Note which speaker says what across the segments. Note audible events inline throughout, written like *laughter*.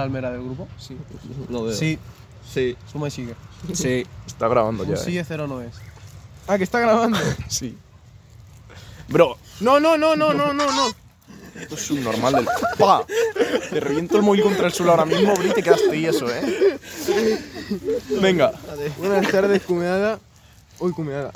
Speaker 1: almera del grupo? Sí.
Speaker 2: Lo veo.
Speaker 1: Sí,
Speaker 2: Sí.
Speaker 1: suma y sigue.
Speaker 2: Sí.
Speaker 3: Está grabando
Speaker 1: Un
Speaker 3: ya. eh.
Speaker 1: sigue cero no es.
Speaker 3: Ah, que está grabando.
Speaker 1: Sí.
Speaker 3: Bro,
Speaker 1: No, no, no, no, no, no, no.
Speaker 3: esto es subnormal del. ¡Pa! Te reviento el móvil contra el suelo ahora mismo, Bri, te quedas tieso, eh. Venga.
Speaker 4: Buenas tardes, cumeada. Uy,
Speaker 1: *laughs*
Speaker 4: cumeada.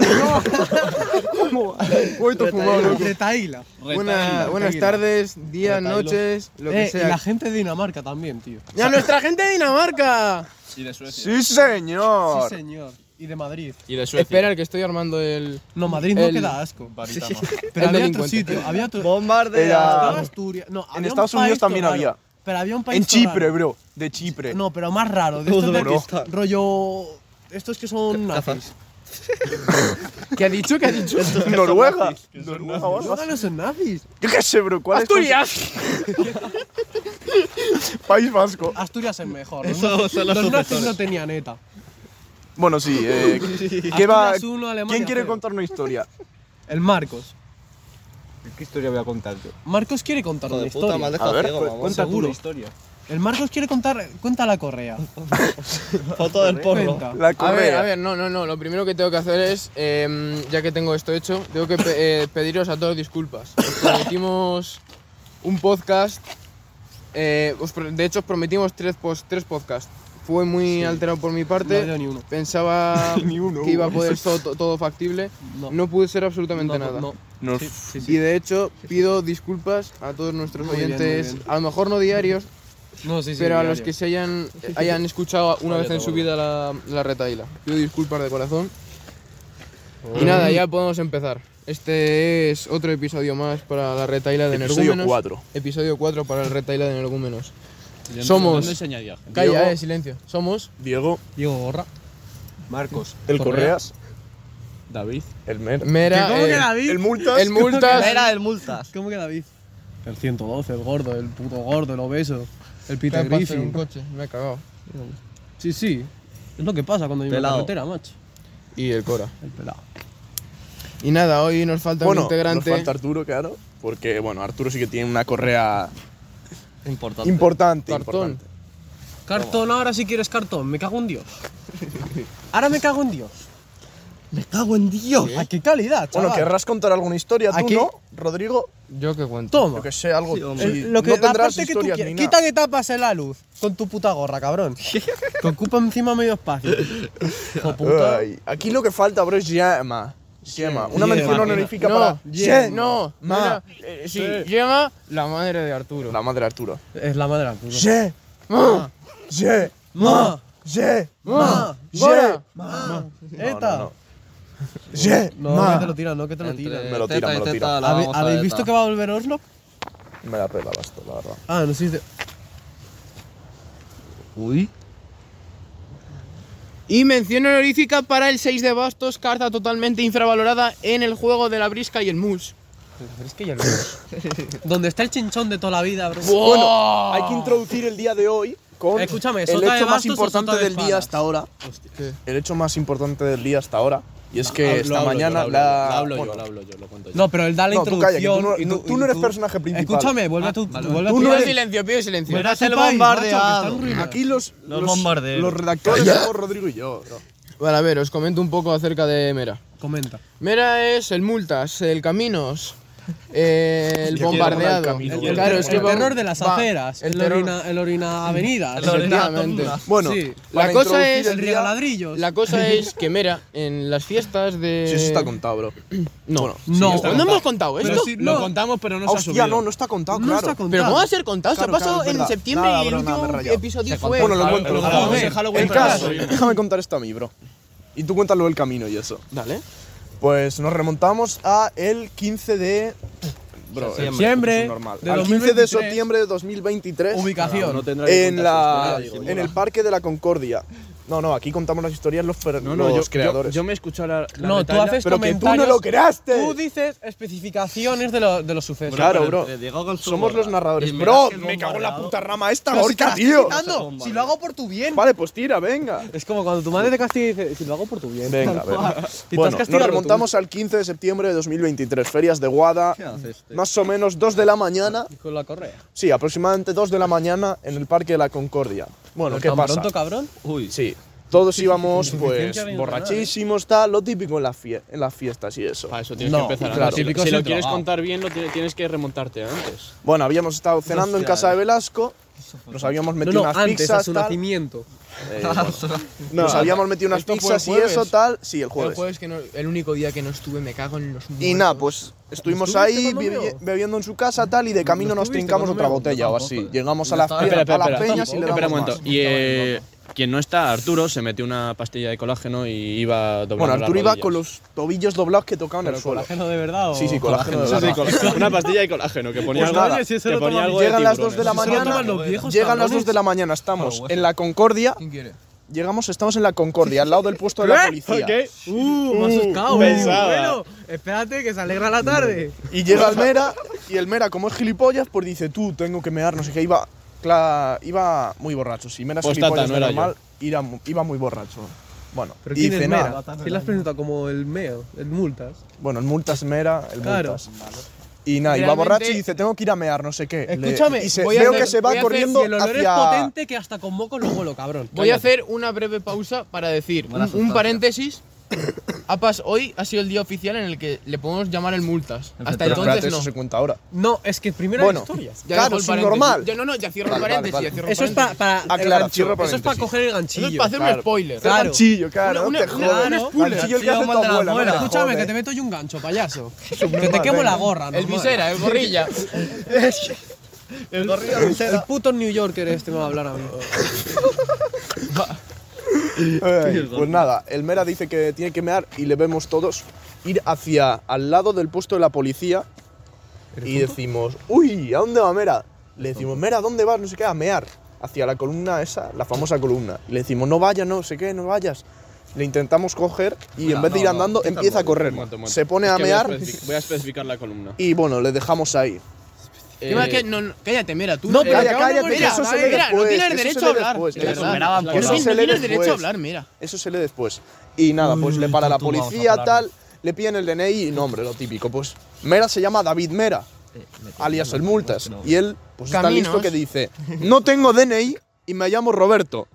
Speaker 4: Uy, to fumado, loco.
Speaker 1: Retaíla.
Speaker 4: Buena- buenas
Speaker 1: Retaíla.
Speaker 4: tardes, días,
Speaker 1: Retaílo.
Speaker 4: noches, lo
Speaker 1: Eh,
Speaker 4: que
Speaker 1: y
Speaker 4: sea.
Speaker 1: la gente de Dinamarca también, tío.
Speaker 4: ¡Y a nuestra gente de Dinamarca!
Speaker 2: Y de Suecia.
Speaker 3: ¡Sí, señor!
Speaker 1: Sí, señor. Y de Madrid.
Speaker 2: Y de Suecia.
Speaker 5: Espera, que estoy armando el.
Speaker 1: No, Madrid no
Speaker 5: El-
Speaker 1: queda asco.
Speaker 2: Varita más.
Speaker 1: Pero
Speaker 5: El
Speaker 1: había otro
Speaker 5: delincuente.
Speaker 1: sitio. Había otro.
Speaker 3: Era-
Speaker 1: Estaba Asturias. No, había un
Speaker 3: Estados
Speaker 1: país
Speaker 3: Unidos también
Speaker 1: raro,
Speaker 3: había.
Speaker 1: Pero había un país.
Speaker 3: En Chipre,
Speaker 1: raro.
Speaker 3: bro. De Chipre.
Speaker 1: No, pero más raro. De estos de
Speaker 3: Bro.
Speaker 1: rollo. Estos que son nazis.
Speaker 5: ¿Qué ha dicho? ¿Qué ha dicho?
Speaker 3: *laughs* Noruega. Noruega o algo
Speaker 1: No,
Speaker 3: así.
Speaker 1: no son nazis.
Speaker 3: Yo qué sé, bro. ¿Cuál ¡Asturias! *laughs* País Vasco.
Speaker 1: Asturias es mejor.
Speaker 2: Eso son los
Speaker 1: los nazis
Speaker 2: sucesores.
Speaker 1: no tenían ETA.
Speaker 3: Bueno, sí. eh, ¿qué va?
Speaker 1: Asturias uno, Alemania
Speaker 3: ¿Quién quiere
Speaker 1: cero.
Speaker 3: contar una historia?
Speaker 1: El Marcos.
Speaker 6: ¿Qué historia voy a contar yo?
Speaker 1: Marcos quiere contar una
Speaker 2: Joder, puta, me
Speaker 1: historia.
Speaker 2: has dejado
Speaker 3: A ver,
Speaker 2: ciego,
Speaker 3: cu-
Speaker 2: mamón.
Speaker 3: cuenta tú
Speaker 1: Seguro.
Speaker 3: la
Speaker 6: Historia.
Speaker 1: El Marcos quiere contar. Cuenta la correa.
Speaker 2: Foto del porro.
Speaker 1: Cuenta.
Speaker 3: La
Speaker 5: A ver,
Speaker 3: correa.
Speaker 5: a ver, no, no, no. Lo primero que tengo que hacer es, em, ya que tengo esto hecho, tengo que pe- eh, pediros a todos disculpas. Os prometimos un podcast. eh, os pro- de hecho, os prometimos tres, pos- tres podcasts. Fue muy alterado por mi
Speaker 1: No
Speaker 5: parte.
Speaker 1: ha habido ni uno. *laughs*
Speaker 5: Pensaba
Speaker 3: uno,
Speaker 5: que iba a poder ser todo, todo factible.
Speaker 1: No.
Speaker 5: No. pude ser absolutamente
Speaker 1: No,
Speaker 5: nada.
Speaker 1: no.
Speaker 3: Nos-
Speaker 1: Sí, sí,
Speaker 5: Y
Speaker 1: sí.
Speaker 5: de hecho, pido disculpas a todos nuestros
Speaker 1: Muy bien, muy
Speaker 5: oyentes,
Speaker 1: bien.
Speaker 5: a lo mejor no diarios,
Speaker 1: No, sí, sí,
Speaker 5: pero a
Speaker 1: diario.
Speaker 5: los que se hayan, hayan escuchado una vez en su vida la, la retaíla. Pido disculpas de corazón. Y nada, ya podemos empezar. Este es otro episodio más para la retaíla de
Speaker 3: Episodio
Speaker 5: energúmenos.
Speaker 3: 4.
Speaker 5: Episodio 4 para el retaíla de energúmenos. Somos-
Speaker 2: ¿Dónde se añadía? gente?
Speaker 5: Calla,
Speaker 3: Diego.
Speaker 5: eh, silencio. Somos
Speaker 3: Diego,
Speaker 1: Diego Gorra.
Speaker 6: Marcos.
Speaker 3: el
Speaker 5: Correa.
Speaker 3: Correas,
Speaker 2: David.
Speaker 3: el Mer.
Speaker 5: Mera.
Speaker 1: ¿Cómo que
Speaker 5: eh,
Speaker 1: David?
Speaker 3: El Multas.
Speaker 5: el Multas.
Speaker 2: Era el multas.
Speaker 1: ¿Cómo que David? El 112, el gordo, el puto gordo, el obeso, el
Speaker 5: Está
Speaker 1: Peter
Speaker 5: en paz, pero
Speaker 1: Griffin.
Speaker 5: un coche, me he cagado.
Speaker 1: Sí, sí. Es lo que pasa cuando hay una
Speaker 2: Pelao.
Speaker 1: carretera, macho.
Speaker 5: Y el Cora.
Speaker 1: El pelado.
Speaker 5: Y nada, hoy nos falta
Speaker 3: Bueno,
Speaker 5: un integrante.
Speaker 3: nos falta Arturo, claro. Porque, bueno, Arturo sí que tiene una correa
Speaker 2: Importante.
Speaker 3: importante.
Speaker 5: Cartón.
Speaker 3: importante.
Speaker 1: Cartón, ahora sí quieres cartón. Me cago en *laughs* Dios. Ahora me cago en Dios.
Speaker 2: Me cago en Dios.
Speaker 1: ¿A qué calidad, chaval?
Speaker 3: Bueno, ¿querrás contar alguna historia tú,
Speaker 1: Aquí-
Speaker 3: no, Rodrigo?
Speaker 5: Yo que cuento.
Speaker 1: Toma.
Speaker 3: Yo que sé, algo.
Speaker 2: Sí, hombre.
Speaker 3: sí,
Speaker 1: Eh, lo que,
Speaker 3: no
Speaker 1: la
Speaker 3: tendrás
Speaker 1: parte que tú
Speaker 3: historias
Speaker 1: quieras.
Speaker 3: ni nada.
Speaker 1: Quita que tapas en la luz con tu puta gorra,
Speaker 3: *laughs*
Speaker 1: cabrón. Que ocupa encima medio espacio. Hijo puta.
Speaker 3: Ay, aquí lo que falta, bro, es llama. Llama. Una
Speaker 1: Yema,
Speaker 3: mención
Speaker 1: mira.
Speaker 3: honorífica
Speaker 5: no,
Speaker 3: para.
Speaker 5: ye-
Speaker 3: Yema.
Speaker 5: no,
Speaker 3: Ma.
Speaker 5: ma. Eh, sí, Yema, la madre de Arturo.
Speaker 3: La madre de Arturo.
Speaker 1: Es la madre. Arturo.
Speaker 3: Ye.
Speaker 5: Ma.
Speaker 3: Ye.
Speaker 1: Ma.
Speaker 3: Ye.
Speaker 5: Ma.
Speaker 3: Ye.
Speaker 5: Bora.
Speaker 1: Eta.
Speaker 3: no. Ye.
Speaker 1: No,
Speaker 3: Ma.
Speaker 1: que te lo tiran, no, que te lo tiran.
Speaker 3: Me lo tira, me lo tira.
Speaker 1: ¿Habe- ¿Habéis visto que va a volver Oslo?
Speaker 3: Me la pela esto, la verdad.
Speaker 1: Ah, no sé si te-
Speaker 2: Uy.
Speaker 5: Y mención honorífica para el 6 de bastos, carta totalmente infravalorada en el juego de la brisca y el mus.
Speaker 1: Donde está el chinchón de toda la vida, bro.
Speaker 3: Bueno, hay que introducir el día de hoy con
Speaker 1: Escúchame,
Speaker 3: el
Speaker 1: ¿sota de
Speaker 3: hecho más
Speaker 1: bastos o
Speaker 3: importante
Speaker 1: sota de
Speaker 3: del día
Speaker 1: espadas?
Speaker 3: hasta ahora.
Speaker 5: ¿Qué?
Speaker 3: El hecho más importante del día hasta ahora. Y es que esta mañana la.
Speaker 2: la hablo yo,
Speaker 3: bueno,
Speaker 2: la hablo yo, lo cuento yo.
Speaker 1: No, pero él da la
Speaker 3: No, tú calla, que
Speaker 1: introducción.
Speaker 3: tú no-
Speaker 1: y
Speaker 3: no- tú no
Speaker 1: y
Speaker 3: eres personaje principal. Ah,
Speaker 1: Escúchame, vuelve a tu. vuelve a tu-
Speaker 3: Tú no
Speaker 5: Pido
Speaker 3: eres-
Speaker 5: silencio, pido silencio.
Speaker 1: Vuelve a
Speaker 2: Eras
Speaker 1: tu
Speaker 2: el
Speaker 1: país,
Speaker 2: bombardeado.
Speaker 1: macho, que están
Speaker 3: Aquí los,
Speaker 2: Los
Speaker 3: los,
Speaker 2: bombardeos.
Speaker 3: los redactores somos Rodrigo y yo. bro.
Speaker 5: Vale, a ver, os comento un poco acerca de Mera.
Speaker 1: ruinas. Comenta.
Speaker 5: Mera es el multas, el caminos,
Speaker 3: *laughs*
Speaker 5: eh, el
Speaker 3: Yo quiero hablar del
Speaker 5: bombardeado.
Speaker 3: Camino.
Speaker 1: El,
Speaker 5: claro,
Speaker 1: el
Speaker 5: es que va-
Speaker 1: terror de las
Speaker 5: va-
Speaker 1: aceras.
Speaker 5: el
Speaker 1: El,
Speaker 5: terror- *laughs*
Speaker 1: orina, el orina avenidas.
Speaker 2: El orina-
Speaker 5: Efectivamente.
Speaker 2: Tumba.
Speaker 3: Bueno,
Speaker 1: Sí.
Speaker 3: para
Speaker 5: La cosa
Speaker 3: introducir
Speaker 5: es-
Speaker 3: el
Speaker 1: El
Speaker 3: día-
Speaker 1: regaladrillos.
Speaker 5: La cosa es que Mera, en las fiestas de.
Speaker 3: Sí, eso está contado, bro. No, bueno,
Speaker 1: No,
Speaker 5: No, no hemos contado esto.
Speaker 1: Pero sí, no.
Speaker 2: contamos, pero no
Speaker 3: Ah, hostia, no, no está contado,
Speaker 1: No
Speaker 3: claro.
Speaker 1: está contado.
Speaker 5: Pero ¿cómo va a ser contado?
Speaker 3: Claro,
Speaker 5: Se ha pasado
Speaker 3: claro, es
Speaker 5: en
Speaker 3: verdad.
Speaker 5: septiembre
Speaker 3: Nada,
Speaker 5: y el
Speaker 3: bro, nada,
Speaker 5: último
Speaker 3: me he rayado.
Speaker 5: episodio fue.
Speaker 3: Bueno, lo cuento, lo
Speaker 2: Halloween,
Speaker 3: cuento.
Speaker 2: Halloween, Halloween,
Speaker 3: El
Speaker 2: pero
Speaker 3: caso,
Speaker 2: Halloween.
Speaker 3: déjame contar esto a mí, bro. Y tú cuéntalo el camino y eso.
Speaker 5: Dale.
Speaker 3: Pues nos remontamos a el 15 de... Bro,
Speaker 2: Septiembre.
Speaker 1: Septiembre
Speaker 3: es normal.
Speaker 1: de
Speaker 3: Al 15 de
Speaker 1: 2023.
Speaker 3: septiembre de 2023
Speaker 1: Ubicación.
Speaker 3: en, la, en el Parque de la Concordia. No, no, aquí contamos las historias los, per-
Speaker 2: No, no, yo,
Speaker 3: los
Speaker 2: yo-
Speaker 3: creadores.
Speaker 2: yo me he escuchado la, la
Speaker 1: No, tú
Speaker 2: retaila,
Speaker 1: haces
Speaker 3: pero que tú no
Speaker 1: comentarios.
Speaker 3: lo creaste.
Speaker 1: Tú dices especificaciones de, lo- de los sucesos.
Speaker 3: Claro,
Speaker 2: pero
Speaker 3: bro.
Speaker 2: te digo con su
Speaker 3: Somos
Speaker 2: gorra.
Speaker 3: los narradores.
Speaker 2: Y me
Speaker 3: Bro,
Speaker 2: das el
Speaker 3: me cago en la
Speaker 2: bombardeo.
Speaker 3: puta rama esta
Speaker 1: Pero si te
Speaker 3: horca,
Speaker 1: la estoy
Speaker 3: tío.
Speaker 1: quitando, si lo hago por tu bien.
Speaker 3: Vale, pues tira, venga.
Speaker 1: Es como cuando tu madre te castiga y dice, si lo hago por tu bien.
Speaker 3: Venga, a ver.
Speaker 1: Y te has
Speaker 3: Bueno, nos
Speaker 1: castigado tú.
Speaker 3: remontamos al 15 de septiembre de 2023, ferias de Guada.
Speaker 2: ¿Qué haces, tío?
Speaker 3: Más o menos 2 de la mañana.
Speaker 1: Con la correa.
Speaker 3: Sí, aproximadamente 2 de la mañana en el Parque de la Concordia. Bueno, ¿qué
Speaker 1: ¿Tan
Speaker 3: pasa?
Speaker 1: pronto, cabrón?
Speaker 2: Uy,
Speaker 3: Sí, todos íbamos
Speaker 1: Insuficiencia
Speaker 3: pues
Speaker 1: renal, ¿eh?
Speaker 3: borrachísimos, tal, lo típico en, la fie- en las fiestas y eso.
Speaker 2: para eso tienes
Speaker 1: No,
Speaker 2: que empezar.
Speaker 1: claro,
Speaker 2: antes. si
Speaker 1: típico
Speaker 2: lo- si lo
Speaker 1: sin
Speaker 2: quieres
Speaker 1: drogado.
Speaker 2: contar bien, lo tie- tienes que remontarte antes.
Speaker 3: Bueno, habíamos estado cenando en
Speaker 2: Hostia,
Speaker 3: casa de
Speaker 2: eh.
Speaker 3: Velasco, nos habíamos
Speaker 1: No,
Speaker 3: metido
Speaker 1: no,
Speaker 3: unas
Speaker 1: antes, a
Speaker 3: pizzas,
Speaker 1: su
Speaker 3: tal.
Speaker 1: nacimiento. *laughs*
Speaker 3: Eh, bueno. Nos habíamos metido unas
Speaker 5: Esto fue el
Speaker 3: pizzas y
Speaker 5: jueves.
Speaker 3: eso, tal. Sí, el
Speaker 5: El
Speaker 3: jueves.
Speaker 5: jueves que no, el único día que no estuve, me cago en los muertos.
Speaker 3: Y nada, pues estuvimos
Speaker 1: ¿Estuviste
Speaker 3: ahí
Speaker 1: cuando
Speaker 3: bebi-
Speaker 1: meo?
Speaker 3: bebiendo en su casa, tal, y de camino nos
Speaker 1: estuviste
Speaker 3: trincamos
Speaker 1: cuando
Speaker 3: otra
Speaker 1: meo?
Speaker 3: botella
Speaker 1: Yo
Speaker 3: o
Speaker 1: tampoco,
Speaker 3: así.
Speaker 1: eh.
Speaker 3: Llegamos a las,
Speaker 1: Estaba-
Speaker 3: pe-
Speaker 1: espera,
Speaker 3: a las peñas y
Speaker 1: tampoco.
Speaker 3: le
Speaker 1: Espera
Speaker 3: damos
Speaker 1: un momento.
Speaker 3: más.
Speaker 1: Y, eh,
Speaker 2: quien no está, Arturo, se metió una pastilla de colágeno y iba doblando
Speaker 3: Bueno, Arturo iba con los tobillos doblados que tocaban el
Speaker 1: ¿Pero
Speaker 3: suelo.
Speaker 1: colágeno de verdad o.?
Speaker 3: Sí, sí, colágeno de verdad.
Speaker 2: Una pastilla de colágeno que ponía
Speaker 3: Pues
Speaker 2: algo,
Speaker 3: nada,
Speaker 1: si eso
Speaker 2: que
Speaker 1: lo
Speaker 2: ponía
Speaker 1: toman-
Speaker 2: algo de
Speaker 3: Llegan las 2 de la
Speaker 2: tiburones.
Speaker 1: Si solo
Speaker 3: mañana.
Speaker 1: toman los viejos
Speaker 3: Llegan las 2
Speaker 1: cabrones.
Speaker 3: de la mañana, estamos en la Concordia.
Speaker 5: ¿Quién quiere?
Speaker 3: Llegamos, estamos en la Concordia, al lado del puesto de
Speaker 5: *laughs*
Speaker 3: la policía.
Speaker 1: Uh, me ha asustado.
Speaker 2: pesada.
Speaker 1: Bueno, espérate que se alegra la tarde.
Speaker 3: Y llega el Mera, y el Mera, como es gilipollas, pues dice, tú, tengo que mear, no sé qué, iba, cla- iba muy borracho. Si Mera es
Speaker 2: Pues
Speaker 3: gilipollas
Speaker 2: Tata, no
Speaker 3: de
Speaker 2: era
Speaker 3: normal, ira mu- iba muy borracho. Bueno,
Speaker 1: ¿Pero
Speaker 3: y
Speaker 1: quién es
Speaker 3: dice,
Speaker 1: Mera?
Speaker 3: nada.
Speaker 1: ¿Quién las presenta como el meo? El multas.
Speaker 3: Bueno, el multas Mera, el
Speaker 1: Claro.
Speaker 3: multas. Y nada, iba
Speaker 5: Realmente-
Speaker 3: borracho y dice, tengo que ir a mear, no sé qué. Le-
Speaker 1: Escúchame,
Speaker 3: y se-
Speaker 5: voy a
Speaker 3: veo
Speaker 5: hacer-
Speaker 3: que se va
Speaker 5: voy a hacer-
Speaker 3: corriendo
Speaker 1: Si el olor
Speaker 3: hacia...
Speaker 1: es potente que hasta con moco lo huelo, cabrón.
Speaker 5: Voy a
Speaker 1: Cállate.
Speaker 5: hacer una breve pausa para decir un,
Speaker 2: Buena
Speaker 5: un
Speaker 2: sustancia.
Speaker 5: paréntesis. *coughs* Apas, hoy ha sido el día oficial en el que le podemos llamar el multas. Hasta
Speaker 3: Pero espérate,
Speaker 5: entonces
Speaker 3: eso
Speaker 5: no.
Speaker 3: se cuenta ahora.
Speaker 1: No, es que primero hay
Speaker 3: Bueno.
Speaker 1: historias.
Speaker 5: Ya
Speaker 3: Claro,
Speaker 5: dejo el
Speaker 3: sí,
Speaker 5: paréntesis.
Speaker 3: normal.
Speaker 5: Ya, no, no, ya cierro
Speaker 3: Vale,
Speaker 5: el
Speaker 3: vale,
Speaker 5: paréntesis.
Speaker 3: vale.
Speaker 5: ya cierro el
Speaker 1: Eso es para.
Speaker 5: paréntesis.
Speaker 1: para el
Speaker 3: Aclara,
Speaker 1: gancho.
Speaker 3: cierra
Speaker 1: Eso es para
Speaker 3: paréntesis.
Speaker 1: coger el
Speaker 5: Eso
Speaker 1: ganchillo.
Speaker 5: es para hacer
Speaker 3: Claro.
Speaker 5: un spoiler.
Speaker 1: Claro.
Speaker 3: Ganchillo, claro,
Speaker 5: Una-
Speaker 3: no te
Speaker 5: una-
Speaker 3: jodas.
Speaker 1: una
Speaker 5: spoiler.
Speaker 3: Ganchillo el que hace tu
Speaker 1: Tío,
Speaker 3: abuela,
Speaker 1: mándala
Speaker 3: no te
Speaker 1: Escúchame, que
Speaker 3: jodes.
Speaker 1: te meto yo un gancho, payaso. que te
Speaker 3: normal,
Speaker 1: quemo la
Speaker 3: venga.
Speaker 1: gorra,
Speaker 5: El
Speaker 1: normal.
Speaker 5: visera, el gorrilla.
Speaker 1: El puto New Yorker este me va a hablar a mí.
Speaker 3: Ay, pues nada, el Mera dice que tiene que mear y le vemos todos ir hacia al lado del puesto de la policía y decimos, uy, ¿a dónde va Mera? Le decimos, Mera, ¿dónde vas? No sé qué, a mear. Hacia la columna esa, la famosa columna. Y le decimos, no vayas, no sé qué, no vayas. Le intentamos coger y en vez de ir andando empieza a correr. Se pone
Speaker 2: Es
Speaker 3: a
Speaker 2: que voy
Speaker 3: mear
Speaker 2: especific- Voy a especificar la columna.
Speaker 3: y bueno, le dejamos ahí.
Speaker 5: Que va, que no- no, cállate, mira, tú.
Speaker 1: No, pero
Speaker 5: Mira,
Speaker 3: Calla,
Speaker 1: acabamos
Speaker 3: cállate,
Speaker 1: de-
Speaker 3: que eso se
Speaker 5: mira,
Speaker 3: lee
Speaker 5: mira, no
Speaker 3: después.
Speaker 5: tienes
Speaker 3: eso se
Speaker 5: derecho
Speaker 3: lee
Speaker 5: a hablar.
Speaker 3: después,
Speaker 5: de
Speaker 3: eso
Speaker 5: verdad.
Speaker 3: se lee
Speaker 2: esperaban
Speaker 5: No
Speaker 2: por
Speaker 5: tienes-
Speaker 3: eso se
Speaker 5: no
Speaker 3: lee
Speaker 5: tienes derecho a
Speaker 3: después.
Speaker 5: hablar, mira.
Speaker 3: Eso se lee después. Y nada, pues le para la policía, tal, le piden el DNI y nombre, lo típico. Pues Mera se llama David Mera, alias el Multas. Y él, pues
Speaker 5: Caminos.
Speaker 3: está listo que dice, no tengo DNI y me llamo Roberto.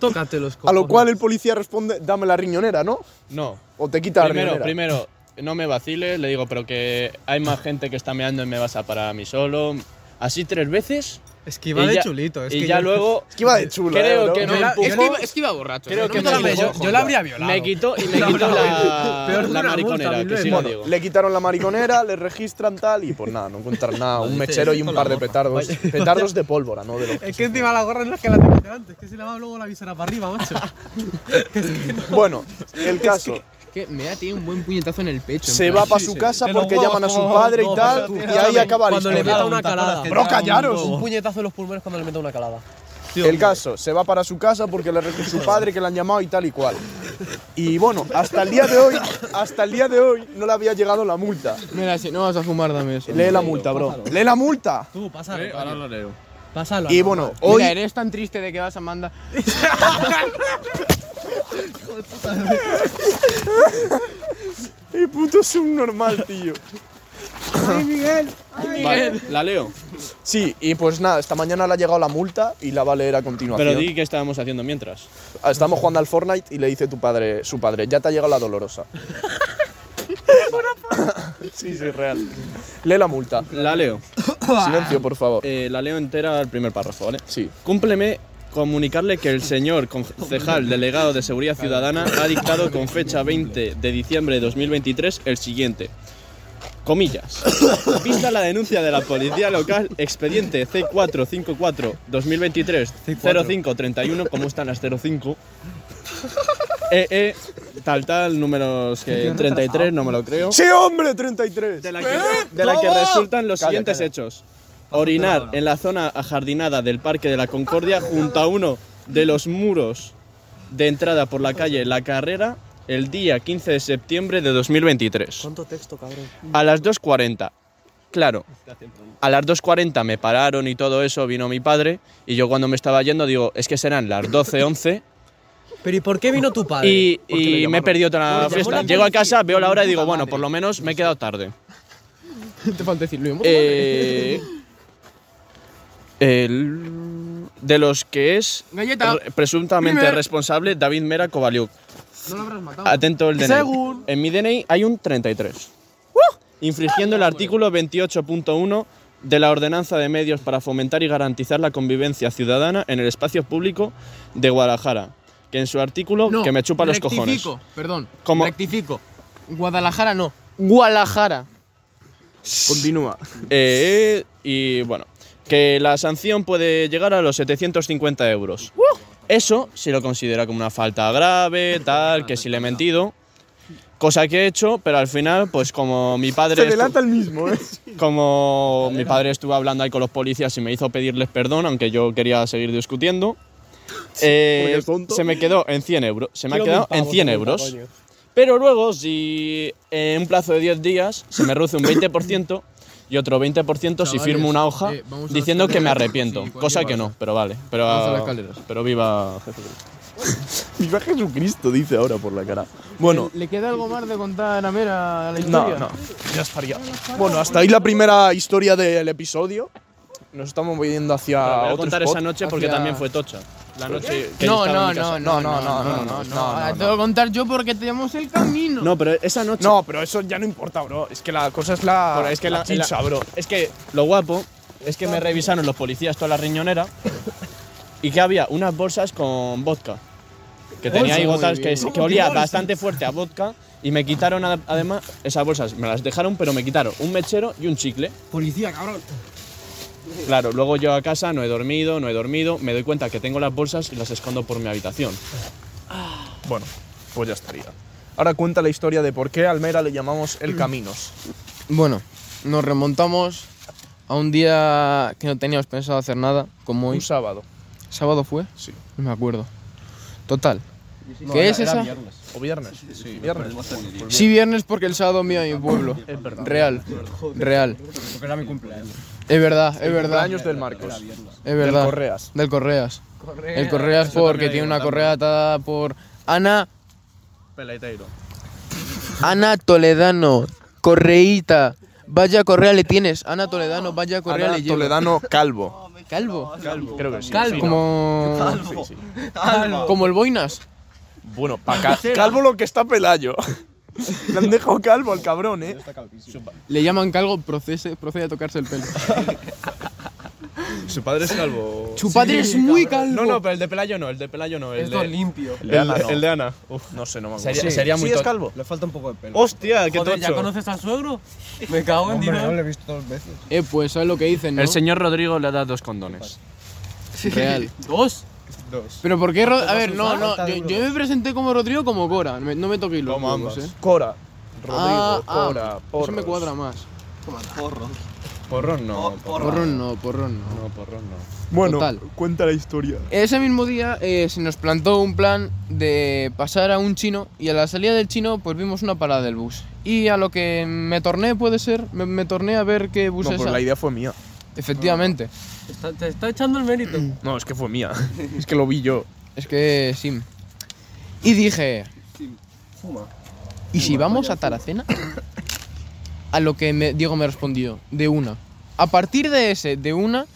Speaker 1: Tócate los
Speaker 3: A
Speaker 1: cojones.
Speaker 3: lo cual el policía responde, dame la riñonera, ¿no?
Speaker 2: No.
Speaker 3: O te quita la
Speaker 2: primero,
Speaker 3: riñonera.
Speaker 2: primero, no me vaciles, le digo, pero que hay más gente que está meando y me vas a parar a mí solo. Así tres veces.
Speaker 1: Es que iba
Speaker 2: y
Speaker 1: de
Speaker 2: ya-
Speaker 1: chulito. Es
Speaker 2: y
Speaker 1: que
Speaker 2: ya
Speaker 1: yo-
Speaker 2: luego
Speaker 3: Es que iba de chulo,
Speaker 2: Creo
Speaker 3: eh, bro.
Speaker 2: que
Speaker 5: No,
Speaker 2: me
Speaker 5: la-
Speaker 2: empujó.
Speaker 5: es, que iba, es que iba borracho. no
Speaker 2: Creo que
Speaker 5: me
Speaker 2: me
Speaker 5: la
Speaker 1: Escúchame,
Speaker 2: empujó.
Speaker 1: yo,
Speaker 5: dejó.
Speaker 1: yo la habría violado.
Speaker 2: me quitó y me
Speaker 1: No,
Speaker 2: quitó
Speaker 1: no, peor
Speaker 2: la,
Speaker 1: que
Speaker 2: la
Speaker 1: una multa,
Speaker 2: mariconera,
Speaker 1: mil
Speaker 2: que
Speaker 1: veces.
Speaker 2: siga
Speaker 1: Bueno,
Speaker 2: Diego.
Speaker 3: Le quitaron la mariconera, le registran tal y pues nada, no encuentran nada, un mechero y un par de petardos, petardos de pólvora, ¿no? De lo
Speaker 1: Es que encima la gorra no es que la tengo delante, es que se la va luego la visera para arriba, *laughs* macho.
Speaker 3: Bueno, el caso.
Speaker 5: Que Mera tiene un buen puñetazo en el pecho. en
Speaker 3: Se
Speaker 5: plan.
Speaker 3: va para su casa
Speaker 1: Te lo
Speaker 3: porque
Speaker 1: huevos,
Speaker 3: llaman a su
Speaker 1: como-
Speaker 3: padre y
Speaker 1: no,
Speaker 3: tal,
Speaker 1: pero-
Speaker 3: y ahí acaba la
Speaker 1: Cuando le meta
Speaker 3: historia.
Speaker 1: una calada.
Speaker 3: Bro, callaros.
Speaker 1: Un puñetazo en los pulmones cuando le meta una calada.
Speaker 3: El caso, se va para su casa porque le recoge su padre que le han llamado y tal y cual. Y bueno, hasta el día de hoy, hasta el día de hoy no le había llegado la multa.
Speaker 5: Mira, si no vas a fumar, dame eso.
Speaker 3: Lee la multa, bro. Lee la multa.
Speaker 1: Tú, pásalo.
Speaker 2: Eh,
Speaker 1: Pásalo.
Speaker 3: Y bueno,
Speaker 5: Hoy Mira,
Speaker 3: hoy
Speaker 5: eres tan triste de que vas a *laughs* mandar.
Speaker 3: el este puto subnormal, tío.
Speaker 2: Vale, la leo.
Speaker 3: Sí, y pues nada, esta mañana le ha llegado la multa y la va a leer a
Speaker 2: Pero
Speaker 3: continuación.
Speaker 2: di que estábamos haciendo mientras.
Speaker 3: Estamos jugando al Fortnite y le dice tu padre, su padre, ya te ha llegado la dolorosa. sí, sí, real. Lee la multa.
Speaker 2: La leo.
Speaker 3: Silencio, por favor.
Speaker 2: Eh, la leo entera al primer párrafo, ¿vale?
Speaker 3: Sí.
Speaker 2: Cúmpleme comunicarle que el señor concejal delegado de Seguridad Ciudadana ha dictado con fecha 20 de diciembre de 2023 el siguiente. Comillas. Vista la denuncia de la policía local, expediente C454-2023-0531, ¿cómo están las 05? EE, eh, tal tal, números que 33, no me lo creo.
Speaker 3: ¡Sí, hombre! 33.
Speaker 2: De la que, de la que resultan los
Speaker 3: Calla,
Speaker 2: siguientes
Speaker 3: calla.
Speaker 2: hechos. Orinar en la zona ajardinada del Parque de la Concordia junto a uno de los muros de entrada por la calle La Carrera el día 15 de septiembre de 2023.
Speaker 1: ¿Cuánto texto, cabrón?
Speaker 2: A las 2.40. Claro, a las 2.40 me pararon y todo eso, vino mi padre, y yo cuando me estaba yendo digo, es que serán las 12, 11,
Speaker 1: Pero ¿y por qué vino tu padre?
Speaker 2: y, y me he perdido toda la
Speaker 1: Porque llamó
Speaker 2: fiesta.
Speaker 1: la
Speaker 2: Llego a
Speaker 1: policía,
Speaker 2: casa, veo la hora y
Speaker 1: puta
Speaker 2: digo, bueno,
Speaker 1: madre.
Speaker 2: por lo menos me he quedado tarde.
Speaker 5: Te falta decirlo. en voz alta.
Speaker 2: Eh, el, de los que es
Speaker 5: Galleta.
Speaker 2: re- presuntamente
Speaker 5: Primer.
Speaker 2: responsable David Mera Kovaliuk.
Speaker 5: No lo habrás matado.
Speaker 2: Atento el DNI.
Speaker 4: Según.
Speaker 2: En mi DNI hay un 33.
Speaker 5: ¡Uh!
Speaker 2: Infringiendo el
Speaker 5: Ah,
Speaker 2: artículo 28.1 de la Ordenanza de Medios para fomentar y garantizar la convivencia ciudadana en el espacio público de Guadalajara, que en su artículo que me chupa los cojones.
Speaker 5: rectifico, Perdón.
Speaker 2: ¿Cómo?
Speaker 5: Rectifico. Guadalajara no.
Speaker 2: Guadalajara.
Speaker 3: Continúa.
Speaker 2: Eh, y bueno, que la sanción puede llegar a los 750 euros. Eso si lo considera como una falta grave, tal, que si le he mentido. Cosa que he hecho, pero al final, pues como mi padre.
Speaker 3: Se
Speaker 2: estu-
Speaker 3: delata el mismo, *laughs* ¿eh?
Speaker 2: Como mi padre estuvo hablando ahí con los policías y me hizo pedirles perdón, aunque yo quería seguir discutiendo. eh,
Speaker 3: porque es tonto.
Speaker 2: se me quedó en 100 euros. Se me ha
Speaker 1: Quiero
Speaker 2: quedado
Speaker 1: mil
Speaker 2: en
Speaker 1: pavos,
Speaker 2: 100
Speaker 1: mil
Speaker 2: euros.
Speaker 1: pavos,
Speaker 2: Pero luego, si en un plazo de 10 días se me reduce un 20% y otro 20% si
Speaker 5: Chavales,
Speaker 2: firmo una hoja
Speaker 5: eh, vamos a
Speaker 2: diciendo
Speaker 5: las
Speaker 2: que me
Speaker 5: escaleras.
Speaker 2: arrepiento.
Speaker 5: Sí, cualquier
Speaker 2: cosa que
Speaker 5: cosa.
Speaker 2: no, pero vale. Pero,
Speaker 5: Vamos a las escaleras.
Speaker 2: pero viva Jesucristo.
Speaker 3: Viva Jesucristo, dice ahora por la cara. Bueno,
Speaker 5: ¿Le queda algo más de contar a Mera a la
Speaker 3: no,
Speaker 5: historia?
Speaker 3: no. Ya estaría. Bueno, hasta ahí la primera historia del episodio. Nos estamos moviendo hacia
Speaker 2: Voy a
Speaker 3: otro
Speaker 2: contar
Speaker 3: spot.
Speaker 2: esa noche porque
Speaker 5: hacia-
Speaker 2: también fue tocha. La noche que
Speaker 5: No, no,
Speaker 2: yo estaba en mi
Speaker 5: no,
Speaker 2: casa.
Speaker 5: no, no,
Speaker 3: No,
Speaker 5: no, no, no,
Speaker 3: no,
Speaker 5: Ahora
Speaker 3: no,
Speaker 5: Te voy a contar yo porque tenemos el camino.
Speaker 2: No, pero esa noche.
Speaker 3: No, pero eso ya no importa, bro. Es que la cosa es Ah, la.
Speaker 2: Pero es que la-
Speaker 3: chicha,
Speaker 2: la-
Speaker 3: bro.
Speaker 2: Es que lo guapo es que me revisaron los policías toda la riñonera y que había unas bolsas con vodka. Que tenía ahí gotas que, que olía bastante fuerte a vodka y me quitaron a- además esas bolsas. Me las dejaron, pero me quitaron un mechero y un chicle.
Speaker 1: Policía, cabrón.
Speaker 2: Claro, luego yo a casa no he dormido, no he dormido. Me doy cuenta que tengo las bolsas y las escondo por mi habitación.
Speaker 3: Bueno, pues ya estaría. Ahora cuenta la historia de por qué a Almera le llamamos el Caminos.
Speaker 5: Bueno, nos remontamos a un día que no teníamos pensado hacer nada, como hoy.
Speaker 3: Un sábado.
Speaker 5: ¿Sábado fue?
Speaker 3: Sí.
Speaker 5: No me acuerdo. Total. ¿Qué es esa?
Speaker 3: ¿O viernes? Sí, viernes.
Speaker 5: Sí, viernes porque el sábado mío en mi pueblo. Real. Real.
Speaker 6: Porque era mi cumpleaños.
Speaker 5: Es verdad, es verdad.
Speaker 3: Años del Marcos.
Speaker 5: Es verdad.
Speaker 3: Del Correas.
Speaker 5: Del Correas. El Correas porque tiene una correa atada por Ana. Ana Toledano. Correíta. Vaya correa le tienes. Ana Toledano, vaya correa
Speaker 3: Ana
Speaker 5: le llevas.
Speaker 3: Toledano Calvo.
Speaker 5: Calvo.
Speaker 3: Creo que sí.
Speaker 5: Calvo. Como,
Speaker 3: Sí, sí.
Speaker 5: como el Boinas.
Speaker 3: Bueno, pa' ca- *laughs* calvo lo que está Pelayo. *laughs* Le han dejado calvo al cabrón, eh.
Speaker 5: Le llaman calvo, procese, procede a tocarse el pelo.
Speaker 3: Su padre es calvo.
Speaker 5: Su padre es muy calvo.
Speaker 2: No, no, pero el de Pelayo no, el de Pelayo no. El
Speaker 6: Es
Speaker 2: de,
Speaker 6: todo limpio.
Speaker 3: El de Ana. no.
Speaker 2: el de Ana.
Speaker 3: No sé, no me acuerdo.
Speaker 2: Sería, sería muy
Speaker 3: ¿Sí es
Speaker 2: to-
Speaker 3: calvo?
Speaker 6: Le falta un poco de pelo.
Speaker 2: Hostia, qué
Speaker 1: Joder, ¿ya
Speaker 2: tocho.
Speaker 1: conoces al suegro?
Speaker 6: Me cago en
Speaker 1: Hombre,
Speaker 6: Dios.
Speaker 1: no
Speaker 6: lo he visto dos veces.
Speaker 5: Eh, pues sabes lo que dicen, ¿no?
Speaker 2: El señor Rodrigo le da dos condones.
Speaker 5: Real.
Speaker 1: *laughs* ¿Dos?
Speaker 6: Dos.
Speaker 5: Pero ¿por qué? Ro- A ver, no, no.
Speaker 6: falta de
Speaker 5: Yo,
Speaker 6: uno.
Speaker 5: yo me presenté como Rodrigo como Cora. me- no me toquéis los
Speaker 2: Como
Speaker 5: huevos,
Speaker 2: ambas.
Speaker 5: eh.
Speaker 3: Cora. Rodrigo,
Speaker 5: Ah, ah,
Speaker 3: Cora,
Speaker 5: Eso me
Speaker 3: Porros.
Speaker 5: cuadra más.
Speaker 2: Porrón no. Porrón
Speaker 5: Porrón no, porrón no.
Speaker 2: no, porrón no.
Speaker 3: Bueno,
Speaker 5: Total.
Speaker 3: cuenta la historia.
Speaker 5: Ese mismo día eh, se nos plantó un plan de pasar a un chino y a la salida del chino pues vimos una parada del bus. Y a lo que me torné puede ser, me, me torné a ver qué bus
Speaker 3: No,
Speaker 5: es.
Speaker 3: pues
Speaker 5: esa.
Speaker 3: la idea fue mía.
Speaker 5: Efectivamente.
Speaker 1: Está- te está echando el mérito.
Speaker 3: No, es que fue mía. *laughs* es que lo vi yo.
Speaker 5: Es que sí. Y dije. ¿Y si vamos a Taracena? A lo que me- Diego me respondió, de una. A partir de ese, de una,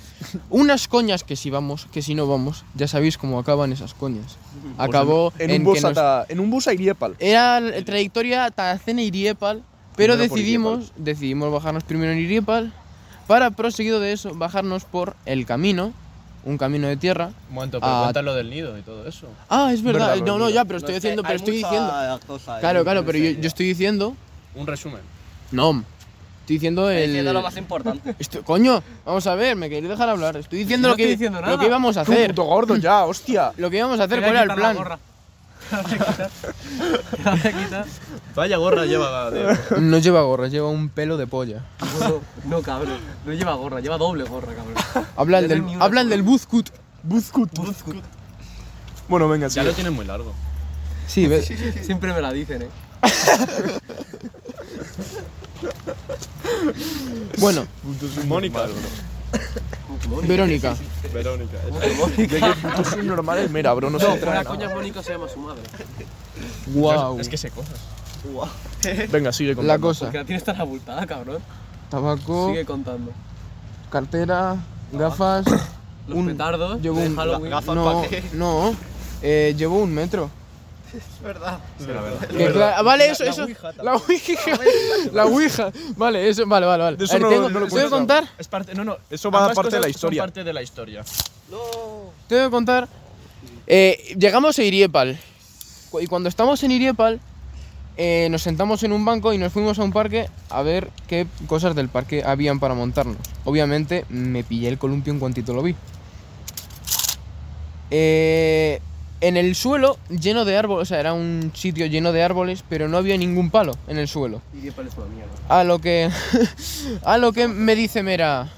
Speaker 5: unas coñas que si vamos, que si no vamos, ya sabéis cómo acaban esas coñas. Acabó
Speaker 3: Pues en, un bus
Speaker 5: que nos-
Speaker 3: ata- en un bus a Iriepal.
Speaker 5: Era la trayectoria Taracena Iriepal,
Speaker 3: Primero
Speaker 5: pero
Speaker 3: por
Speaker 5: decidimos, decidimos bajarnos primero en Iriepal para proseguido de eso bajarnos por el camino, un camino de tierra.
Speaker 2: Un momento, pero
Speaker 5: Ah.
Speaker 2: cuéntalo del nido y todo eso.
Speaker 5: Ah, es verdad.
Speaker 3: Verdad, lo
Speaker 5: no, no,
Speaker 3: olvido.
Speaker 5: ya, pero estoy diciendo, pero estoy diciendo. Claro,
Speaker 7: Claro,
Speaker 5: claro, pero yo, yo estoy diciendo.
Speaker 2: Un resumen.
Speaker 5: No, estoy diciendo
Speaker 7: diciendo lo
Speaker 5: el.
Speaker 7: más importante.
Speaker 5: Esto- coño, vamos a ver, me queréis dejar hablar. Estoy diciendo
Speaker 1: no
Speaker 5: lo que
Speaker 1: estoy diciendo
Speaker 5: lo
Speaker 1: nada.
Speaker 5: que íbamos a
Speaker 3: Tú,
Speaker 5: hacer.
Speaker 3: puto gordo, ya, *laughs* hostia.
Speaker 5: Lo que íbamos a hacer
Speaker 1: Te voy
Speaker 5: cuál
Speaker 1: a
Speaker 5: era
Speaker 1: quitar
Speaker 5: el
Speaker 1: la
Speaker 5: plan.
Speaker 1: gorra. Te la voy a quitar.
Speaker 2: Vaya gorra lleva.
Speaker 5: No lleva gorra, lleva un pelo de polla.
Speaker 1: No, no, cabrón. No lleva gorra, lleva doble gorra, cabrón.
Speaker 5: Habla el
Speaker 1: Desde
Speaker 5: del,
Speaker 1: el minuto
Speaker 5: habla el del Buzcut.
Speaker 3: Buzcut. Bueno, venga, sí.
Speaker 2: Ya lo tienes muy largo.
Speaker 5: Sí,
Speaker 1: *laughs*
Speaker 5: ve-
Speaker 6: Siempre me la dicen, eh.
Speaker 5: bueno,
Speaker 2: Mónica.
Speaker 5: Verónica.
Speaker 2: Verónica.
Speaker 3: Es normal el mera, bro, no, se trae nada.
Speaker 1: Mónica se llama su madre.
Speaker 5: Wow.
Speaker 2: Es que sé cosas.
Speaker 3: Venga, sigue con
Speaker 5: La cosa.
Speaker 1: la tienes tan abultada, cabrón.
Speaker 5: Tabaco,
Speaker 1: contando.
Speaker 5: cartera, gafas. un-
Speaker 1: petardos
Speaker 5: llevo un-
Speaker 2: Gafas
Speaker 5: No,
Speaker 2: pa' qué.
Speaker 5: no. Eh, llevo un metro.
Speaker 2: verdad.
Speaker 5: Que cla- vale, eso, eso. La ouija. *laughs* La ouija. Vale, eso, vale, vale, vale.
Speaker 3: De eso
Speaker 5: A ver,
Speaker 3: no-
Speaker 5: tengo-
Speaker 3: no lo
Speaker 5: tengo que
Speaker 3: cuento.
Speaker 5: contar,
Speaker 2: Es parte, no, no.
Speaker 3: Eso va
Speaker 2: ambas
Speaker 3: parte de
Speaker 2: cosas
Speaker 3: la
Speaker 2: son
Speaker 3: historia.
Speaker 2: parte de la historia.
Speaker 5: tengo que contar. Eh, llegamos a Iriepal. Cu- Y cuando estamos en Iriepal, eh, nos sentamos en un banco y nos fuimos a un parque a ver qué cosas del parque habían para montarnos. Obviamente me pillé el columpio en cuantito lo vi. Eh, en el suelo, lleno de árboles, o sea, era un sitio lleno de árboles, pero no había ningún palo en el suelo.
Speaker 1: Y qué parece una mierda.
Speaker 5: A lo que. *laughs* a lo que me dice Mera.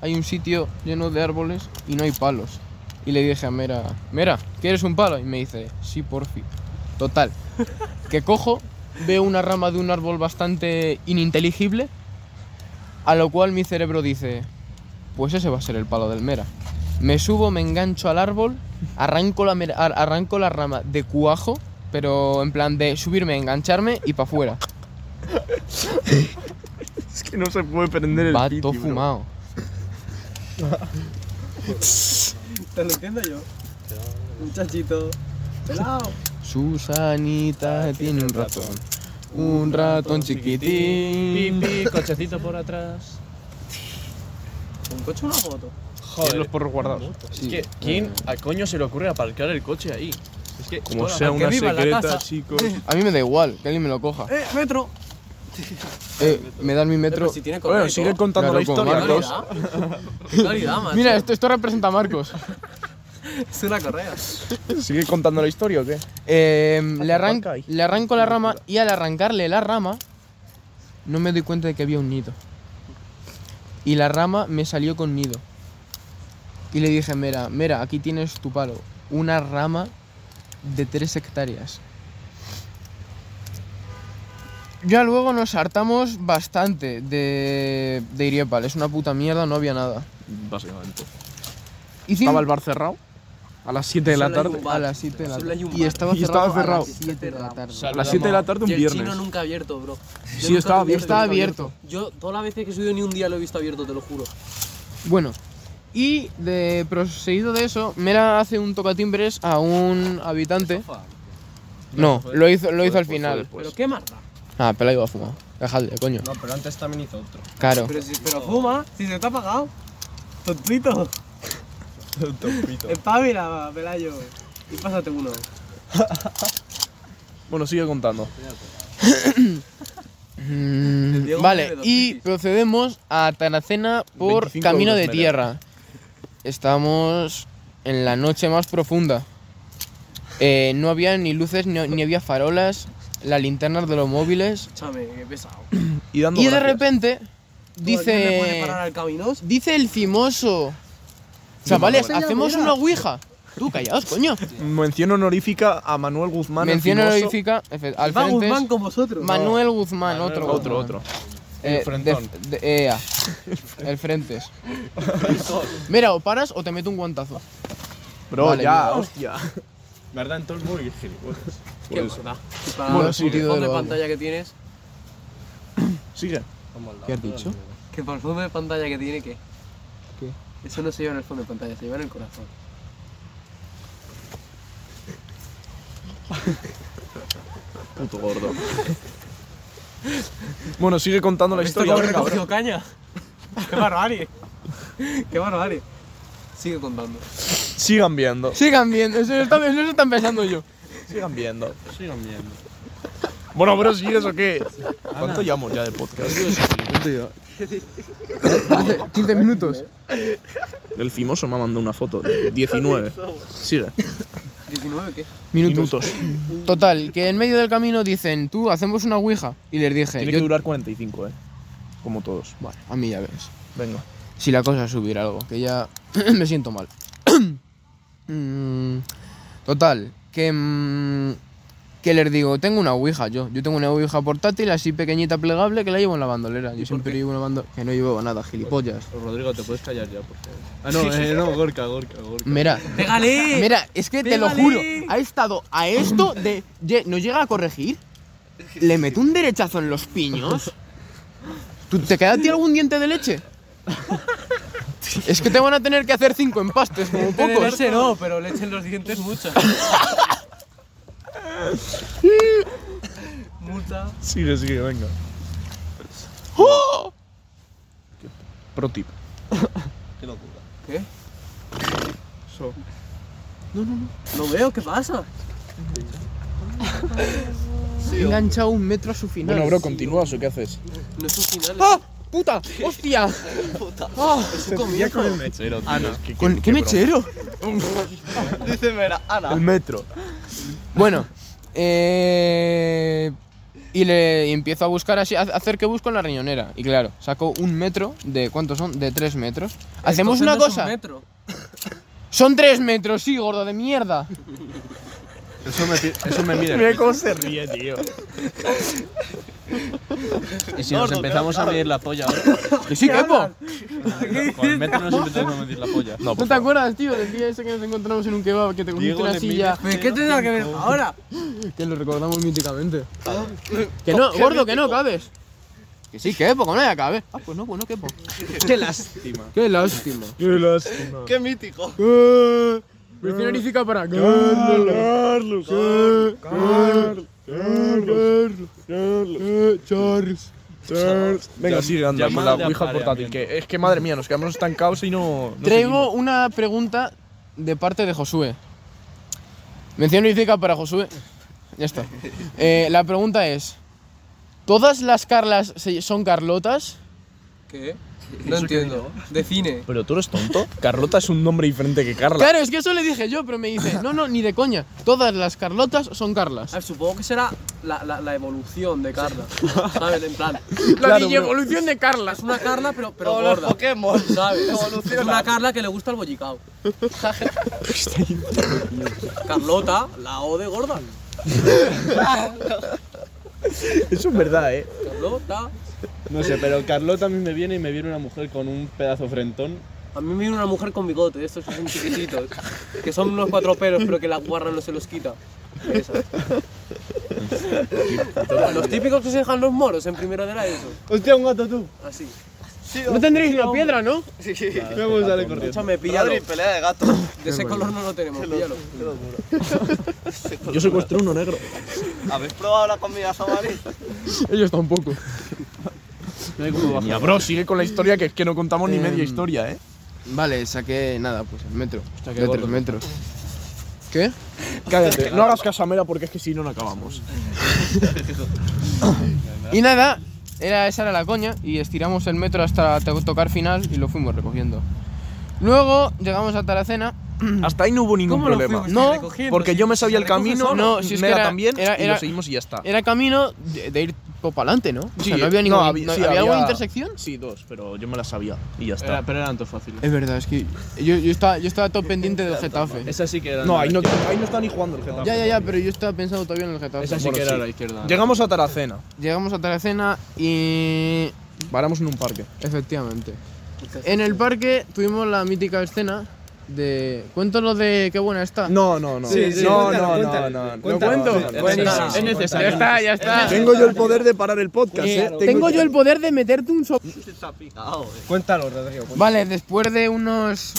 Speaker 5: Hay un sitio lleno de árboles y no hay palos. Y le dije a Mera, Mera, ¿quieres un palo? Y me dice, sí, porfi. Total. Que cojo, veo una rama de un árbol bastante ininteligible. A lo cual mi cerebro dice, pues ese va a ser el palo del Mera. Me subo, me engancho al árbol, arranco la, mera- ar- arranco la rama de cuajo, pero en plan de subirme, engancharme y pa' fuera.
Speaker 3: *laughs* Es que no se puede prender el
Speaker 5: Va
Speaker 3: piti,
Speaker 5: todo
Speaker 3: bro.
Speaker 5: fumado.
Speaker 1: Te lo entiendo yo. Muchachito.
Speaker 5: Susanita tiene Ah, un ratón. Un ratón chiquitín.
Speaker 2: Pipi, cochecito por atrás.
Speaker 1: ¿Un coche o una moto?
Speaker 2: Joder.
Speaker 3: Los porros guardados.
Speaker 5: Sí.
Speaker 2: Es que, ¿quién a coño se le ocurre aparcar el coche ahí? Es que,
Speaker 3: Como
Speaker 2: toda
Speaker 3: sea
Speaker 2: la-
Speaker 3: una
Speaker 1: que viva la
Speaker 3: secreta,
Speaker 1: casa.
Speaker 3: chicos.
Speaker 5: A mí me da igual, que alguien me lo coja.
Speaker 1: ¡Eh, metro!
Speaker 5: Eh, me dan mi metro.
Speaker 1: Pero si tiene
Speaker 3: Bueno,
Speaker 1: color.
Speaker 3: sigue contando
Speaker 5: Claro,
Speaker 3: la
Speaker 5: como
Speaker 3: historia,
Speaker 5: Marcos.
Speaker 3: bro.
Speaker 1: Qué calidad, macho.
Speaker 5: Mira, este esto, esto representa a Marcos.
Speaker 1: Es una correa.
Speaker 3: ¿Sigue contando la historia o qué?
Speaker 5: Eh, le, arran-
Speaker 3: Acá hay.
Speaker 5: le arranco la rama y al arrancarle la rama no me doy cuenta de que había un nido. Y la rama me salió con nido. Y le dije, mira, mira, aquí tienes tu palo. Una rama de 3 hectáreas. Ya luego nos hartamos bastante de, de Iriepal. Es una puta mierda, no había nada.
Speaker 3: Básicamente.
Speaker 5: Hicimos-
Speaker 3: Estaba el bar cerrado a las 7 de la
Speaker 1: Solo hay
Speaker 3: tarde.
Speaker 1: un bar.
Speaker 5: a las 7 de la
Speaker 1: Solo hay
Speaker 5: tarde.
Speaker 1: un
Speaker 5: Y
Speaker 1: bar.
Speaker 5: estaba
Speaker 3: Y estaba
Speaker 5: cerrado, a
Speaker 3: cerrado.
Speaker 5: las 7 de la tarde.
Speaker 3: A las 7 de la tarde un
Speaker 1: Y el
Speaker 3: viernes.
Speaker 1: chino nunca abierto, bro. Yo
Speaker 3: Sí,
Speaker 1: nunca
Speaker 3: estaba
Speaker 1: lo vi
Speaker 3: abierto,
Speaker 5: Estaba
Speaker 1: abierto.
Speaker 5: abierto.
Speaker 1: Yo todas las veces que he subido ni un día lo he visto abierto, te lo juro.
Speaker 5: Bueno, y de proseguido de eso, Mera hace un tocatimbres a un habitante. No, lo hizo, lo hizo al final.
Speaker 3: Pues
Speaker 1: Pero qué marra.
Speaker 5: Ah, pero iba a fumar. Dejadle, coño.
Speaker 6: No, pero antes también hizo otro.
Speaker 5: Claro.
Speaker 1: Pero, si, pero fuma, si se está apagado. Tontito. Espabila, Pelayo. Y pásate uno.
Speaker 3: Bueno, sigue contando.
Speaker 5: Mm,
Speaker 1: El Diego
Speaker 5: vale,
Speaker 1: Pérez dos
Speaker 5: y
Speaker 1: pitis.
Speaker 5: procedemos a Taracena por
Speaker 3: 25
Speaker 5: camino
Speaker 3: euros
Speaker 5: de
Speaker 3: me da.
Speaker 5: tierra. Estamos en la noche más profunda. Eh, no había ni luces, ni, ni había farolas, las linternas de los móviles.
Speaker 1: Chame, qué pesado.
Speaker 3: Y dando
Speaker 5: Y de
Speaker 3: gracias.
Speaker 5: repente
Speaker 1: ¿Alguien ¿Me puede
Speaker 5: dice...
Speaker 1: parar al caminos?
Speaker 5: Dice el cimoso. Chavales, hacemos una ouija. Tú callaos, *laughs* coño.
Speaker 3: Mención honorífica a Manuel Guzmán. el
Speaker 5: Mención
Speaker 3: famoso.
Speaker 5: honorífica. efe- Al
Speaker 1: Va
Speaker 5: frente es
Speaker 1: Guzmán con vosotros.
Speaker 5: Manuel Guzmán,
Speaker 2: Manuel
Speaker 5: otro.
Speaker 2: Guzmán.
Speaker 3: Otro, otro.
Speaker 5: Eh,
Speaker 2: frentón.
Speaker 5: de- de-
Speaker 3: *laughs*
Speaker 5: ea. El frentes. Mira, o paras o te meto un guantazo.
Speaker 3: Bro,
Speaker 5: Vale,
Speaker 3: ya,
Speaker 5: mira.
Speaker 3: hostia.
Speaker 2: ¿Verdad? Entonces muy gilipollas.
Speaker 1: Qué verdad.
Speaker 5: Bueno,
Speaker 1: Bueno,
Speaker 5: sí,
Speaker 1: sí,
Speaker 5: tío,
Speaker 1: de
Speaker 5: lo hago.
Speaker 1: pantalla que tienes.
Speaker 3: Sigue.
Speaker 5: ¿Qué has dicho?
Speaker 1: Que por el fondo de pantalla que tiene, ¿qué?
Speaker 5: ¿Qué?
Speaker 1: Eso no se lleva en el fondo de pantalla, se lleva en el corazón.
Speaker 3: Puto gordo. bueno, sigue contando la
Speaker 1: ¿Esto
Speaker 3: historia.
Speaker 1: cómo he
Speaker 3: venga,
Speaker 1: recogido caña? ¡Qué barbarie! *laughs* ¡Qué barbarie! Sigue contando.
Speaker 3: bro. Sigan viendo.
Speaker 5: Sigan viendo, eso está- eso están pensando yo.
Speaker 3: Sigan viendo.
Speaker 2: Sigan viendo.
Speaker 3: Bueno, bro, ¿sigues o qué? ¿Cuánto llevamos ya de podcast?
Speaker 5: Hace 15 minutos.
Speaker 3: El fimoso me ha mandado una foto. 19. Sigue.
Speaker 1: 19, ¿qué?
Speaker 5: Minutos.
Speaker 3: Minutos.
Speaker 5: Total, que en medio del camino dicen, tú, hacemos una ouija. Y les dije,
Speaker 3: Tiene
Speaker 5: yo-
Speaker 3: que durar 45, eh. Como todos.
Speaker 5: Bueno, a mí ya ves.
Speaker 3: Venga.
Speaker 5: si *clears throat* la cosa es subir algo, que ya me siento mal. Mm, Total, que. mm, que les digo, tengo una ouija yo. Yo tengo una ouija portátil así pequeñita plegable que la llevo en la bandolera. Yo siempre llevo una bandolera. Que no llevo nada, gilipollas.
Speaker 2: Rodrigo, te puedes callar ya, por favor. Ah, no, eh, no, Gorka, Gorka, Gorka.
Speaker 5: Mira,
Speaker 1: ¡Pégale!
Speaker 5: Ah, mira, es que te lo
Speaker 1: Pégale.
Speaker 5: juro, ha estado a esto de. Ye- ¿No llega a corregir? Le meto un derechazo en los piños. ¿Tú te queda a ti algún diente de leche? Es que te van a tener que hacer cinco empastes, como pocos.
Speaker 1: Tenerse no, pero le echen los dientes mucho. *laughs* Multa.
Speaker 2: Sigue, sigue, venga. Pro tip.
Speaker 8: Qué locura.
Speaker 1: ¿Qué? No, no, no. No veo, ¿qué pasa?
Speaker 5: He enganchado un metro a su final.
Speaker 3: Bueno, bro, continúas o qué haces.
Speaker 1: No es un final.
Speaker 5: ¡Ah! ¡Puta! ¡Hostia!
Speaker 1: es un comienzo.
Speaker 2: con el mechero, tío. es que-
Speaker 5: ¿Con, ¿Qué mechero?
Speaker 1: Dice Vera, Ana.
Speaker 3: El metro.
Speaker 5: Bueno, eh, y le y empiezo a buscar así, a hacer que busco en la riñonera. Y claro, saco un metro de, ¿cuántos son? De tres metros. Hacemos
Speaker 1: Entonces
Speaker 5: una
Speaker 1: no es un
Speaker 5: cosa.
Speaker 1: metro.
Speaker 5: son tres metros, sí, gordo de mierda. *laughs*
Speaker 2: Eso me, pi- eso me mira.
Speaker 3: Mira cómo se ríe, tío.
Speaker 2: Y si nos empezamos a medir la polla ahora.
Speaker 5: Que sí, quepo.
Speaker 2: Con el metro nos empezamos a medir la polla.
Speaker 3: No,
Speaker 5: ¿No
Speaker 3: por
Speaker 5: te
Speaker 3: favor.
Speaker 5: acuerdas, tío, del día ese que nos encontramos en un kebab que te
Speaker 2: Diego
Speaker 5: cogiste una
Speaker 2: le
Speaker 5: silla?
Speaker 1: ¿Pero qué tendrá que ver ahora?
Speaker 5: Que lo recordamos míticamente. Que no, gordo, que no cabes. Ah. Que sí, quepo, que no ya cabe. Ah, pues no, pues no quepo. *laughs*
Speaker 2: Qué lástima.
Speaker 5: Qué lástima. Ah.
Speaker 3: Qué lástima.
Speaker 1: ¡Qué mítico! Ah.
Speaker 5: Prefiero narifica para acá.
Speaker 3: Carlos. Carlos. Carlos. Charles. Charles. Venga, sigue anda con la
Speaker 2: Llamada de
Speaker 3: ouija portátil.
Speaker 2: apareamiento.
Speaker 3: Que es que madre mía, nos quedamos estancados y no. no
Speaker 5: Traigo una pregunta de parte de Josué. Mención honorífica para Josué. Ya *laughs* está. Eh, la pregunta es: ¿Todas las Carlas se- son Carlotas?
Speaker 1: ¿Qué? No entiendo. Define.
Speaker 3: Pero tú eres tonto. Carlota es un nombre diferente que Carla.
Speaker 5: Claro, es que eso le dije yo, pero me dice: No, no, ni de coña. Todas las Carlotas son
Speaker 1: A
Speaker 5: Carlas.
Speaker 1: ver, supongo que será la, la, la evolución de Carla. *laughs* ¿Sabes? En plan.
Speaker 5: La evolución de
Speaker 1: Es
Speaker 5: Carlas.
Speaker 1: una Carla, pero, pero gorda. Pokémon. ¿Sabes? Es una Carla que le gusta el
Speaker 5: *laughs*
Speaker 1: bollicao. Carlota, la O de gorda.
Speaker 3: Eso es verdad, eh.
Speaker 1: Carlota.
Speaker 2: No sé, pero Carlota a mí me viene y me viene una mujer con un pedazo frentón.
Speaker 1: A mí me viene una mujer con bigote, estos que son chiquititos. Que son unos cuatro pelos, pero que la guarra no se los quita. Esas. Los típicos que se dejan los moros en primero de la ESO.
Speaker 8: Hostia, un gato tú.
Speaker 1: Así.
Speaker 5: No tendréis una piedra, ¿no?
Speaker 2: Vamos a darle corriente.
Speaker 1: Escúchame, píllalo. pelea de gato. De ese color no lo tenemos, píllalo.
Speaker 3: Yo secuestré uno negro.
Speaker 7: ¿Habéis probado la comida somalí?
Speaker 5: Ellos tampoco.
Speaker 3: Ya, bro, sigue con la historia que es que no contamos ni
Speaker 5: Em,
Speaker 3: media historia, eh.
Speaker 5: Vale, saqué nada, pues el metro.
Speaker 2: qué
Speaker 5: de
Speaker 2: gordo.
Speaker 5: tres metros. ¿Qué?
Speaker 3: Cállate, no hagas casamera porque es que si no, no acabamos.
Speaker 5: Y nada, era, esa era la coña y estiramos el metro hasta to- tocar final y lo fuimos recogiendo. Luego llegamos a Taracena.
Speaker 3: Hasta ahí no hubo ningún
Speaker 1: ¿Cómo lo
Speaker 3: problema.
Speaker 1: fuimos
Speaker 5: No,
Speaker 1: recogiendo?
Speaker 3: Porque
Speaker 1: Si-
Speaker 3: yo me
Speaker 1: si
Speaker 3: sabía
Speaker 1: se
Speaker 3: el
Speaker 1: recoge
Speaker 3: camino,
Speaker 1: solo.
Speaker 5: no, si es que
Speaker 3: Mera
Speaker 5: era-
Speaker 3: también,
Speaker 5: era-
Speaker 3: y
Speaker 5: era-
Speaker 3: lo seguimos y ya está.
Speaker 5: Era camino de, de ir por pa'lante, ¿no? O sea,
Speaker 3: Sí,
Speaker 5: Ah. no había ninguna
Speaker 3: había-
Speaker 5: no-
Speaker 3: sí,
Speaker 5: ¿había alguna
Speaker 3: había-
Speaker 5: intersección.
Speaker 3: Sí, dos, pero yo me la sabía y ya está.
Speaker 2: Era- pero eran todos fáciles.
Speaker 5: Es verdad, es que yo, yo estaba, yo estaba todo pendiente del Getafe.
Speaker 2: Esa sí que era.
Speaker 3: No,
Speaker 2: a
Speaker 3: ahí
Speaker 2: la
Speaker 3: no,
Speaker 2: izquierda.
Speaker 3: ahí no está ni jugando el Getafe.
Speaker 5: Ya, ya, ya, pero yo estaba pensando todavía en el Getafe.
Speaker 2: Esa sí
Speaker 3: Bueno,
Speaker 2: que era
Speaker 3: sí.
Speaker 2: a la izquierda.
Speaker 3: Llegamos a Taracena,
Speaker 5: Llegamos a Taracena y...
Speaker 3: paramos en un parque.
Speaker 5: Efectivamente. En el parque tuvimos la mítica escena de... Cuento lo de qué buena está.
Speaker 3: No, no, no.
Speaker 2: Sí, sí,
Speaker 3: no,
Speaker 2: cuéntalo,
Speaker 3: no,
Speaker 2: cuéntalo.
Speaker 3: no, no.
Speaker 2: Cuéntalo.
Speaker 3: No, no, no, no.
Speaker 1: Cuéntalo.
Speaker 2: Es
Speaker 5: Ya
Speaker 2: necesario.
Speaker 5: está, ya está.
Speaker 3: Tengo yo el poder de parar el podcast,
Speaker 5: Eh,
Speaker 3: eh.
Speaker 5: tengo, yo el poder de meterte un so...
Speaker 8: Cuéntalo, Rodrigo. cuéntalo.
Speaker 5: Vale, después de unos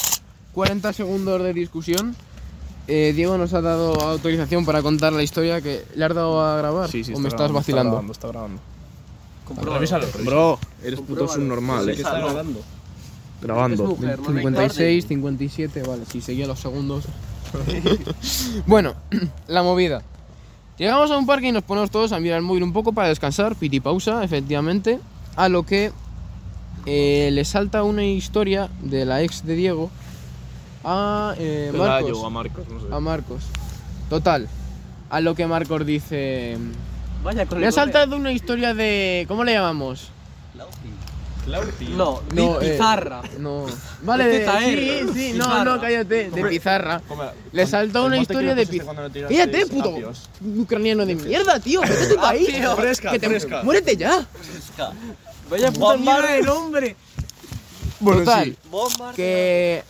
Speaker 5: 40 segundos de discusión, eh, Diego nos ha dado autorización para contar la historia que le has dado a grabar.
Speaker 3: Sí, sí,
Speaker 5: o
Speaker 3: está
Speaker 5: me estás
Speaker 3: grabando, está
Speaker 5: vacilando.
Speaker 3: grabando, está grabando.
Speaker 1: Compruébalo.
Speaker 3: Bro, eres puto
Speaker 1: Compruébalo.
Speaker 3: subnormal, eh.
Speaker 1: Está grabando. Es
Speaker 3: Grabando.
Speaker 1: mujer, no me
Speaker 5: 56, 57, vale, si seguía los segundos. *laughs* bueno, *clears throat* la movida. Llegamos a un parque y nos ponemos todos a mirar el móvil un poco para descansar, piti pausa, efectivamente. A lo que eh, le salta una historia de la ex de Diego a eh, Marcos. Ah.
Speaker 3: Pelayo, a Marcos, no sé.
Speaker 5: a Marcos. Total. A lo que Marcos dice.
Speaker 1: Vaya con
Speaker 5: Le
Speaker 1: el correo.
Speaker 5: ha saltado una historia de. ¿Cómo le llamamos?
Speaker 2: Flauti.
Speaker 1: No, di
Speaker 5: No, eh,
Speaker 1: pizarra.
Speaker 5: No.
Speaker 9: Vale,
Speaker 1: de ZR,
Speaker 9: sí, sí, no,
Speaker 1: pizarra.
Speaker 9: no, cállate, de pizarra. Le saltó una historia de pizarra. Cállate, puto ucraniano de mierda, tío, vete a tu país.
Speaker 2: Fresca,
Speaker 9: Que te-
Speaker 2: fresca.
Speaker 9: Muérete ya.
Speaker 1: Vaya puta mierda de nombre.
Speaker 5: Bueno, sí.
Speaker 7: Bomba.
Speaker 5: Que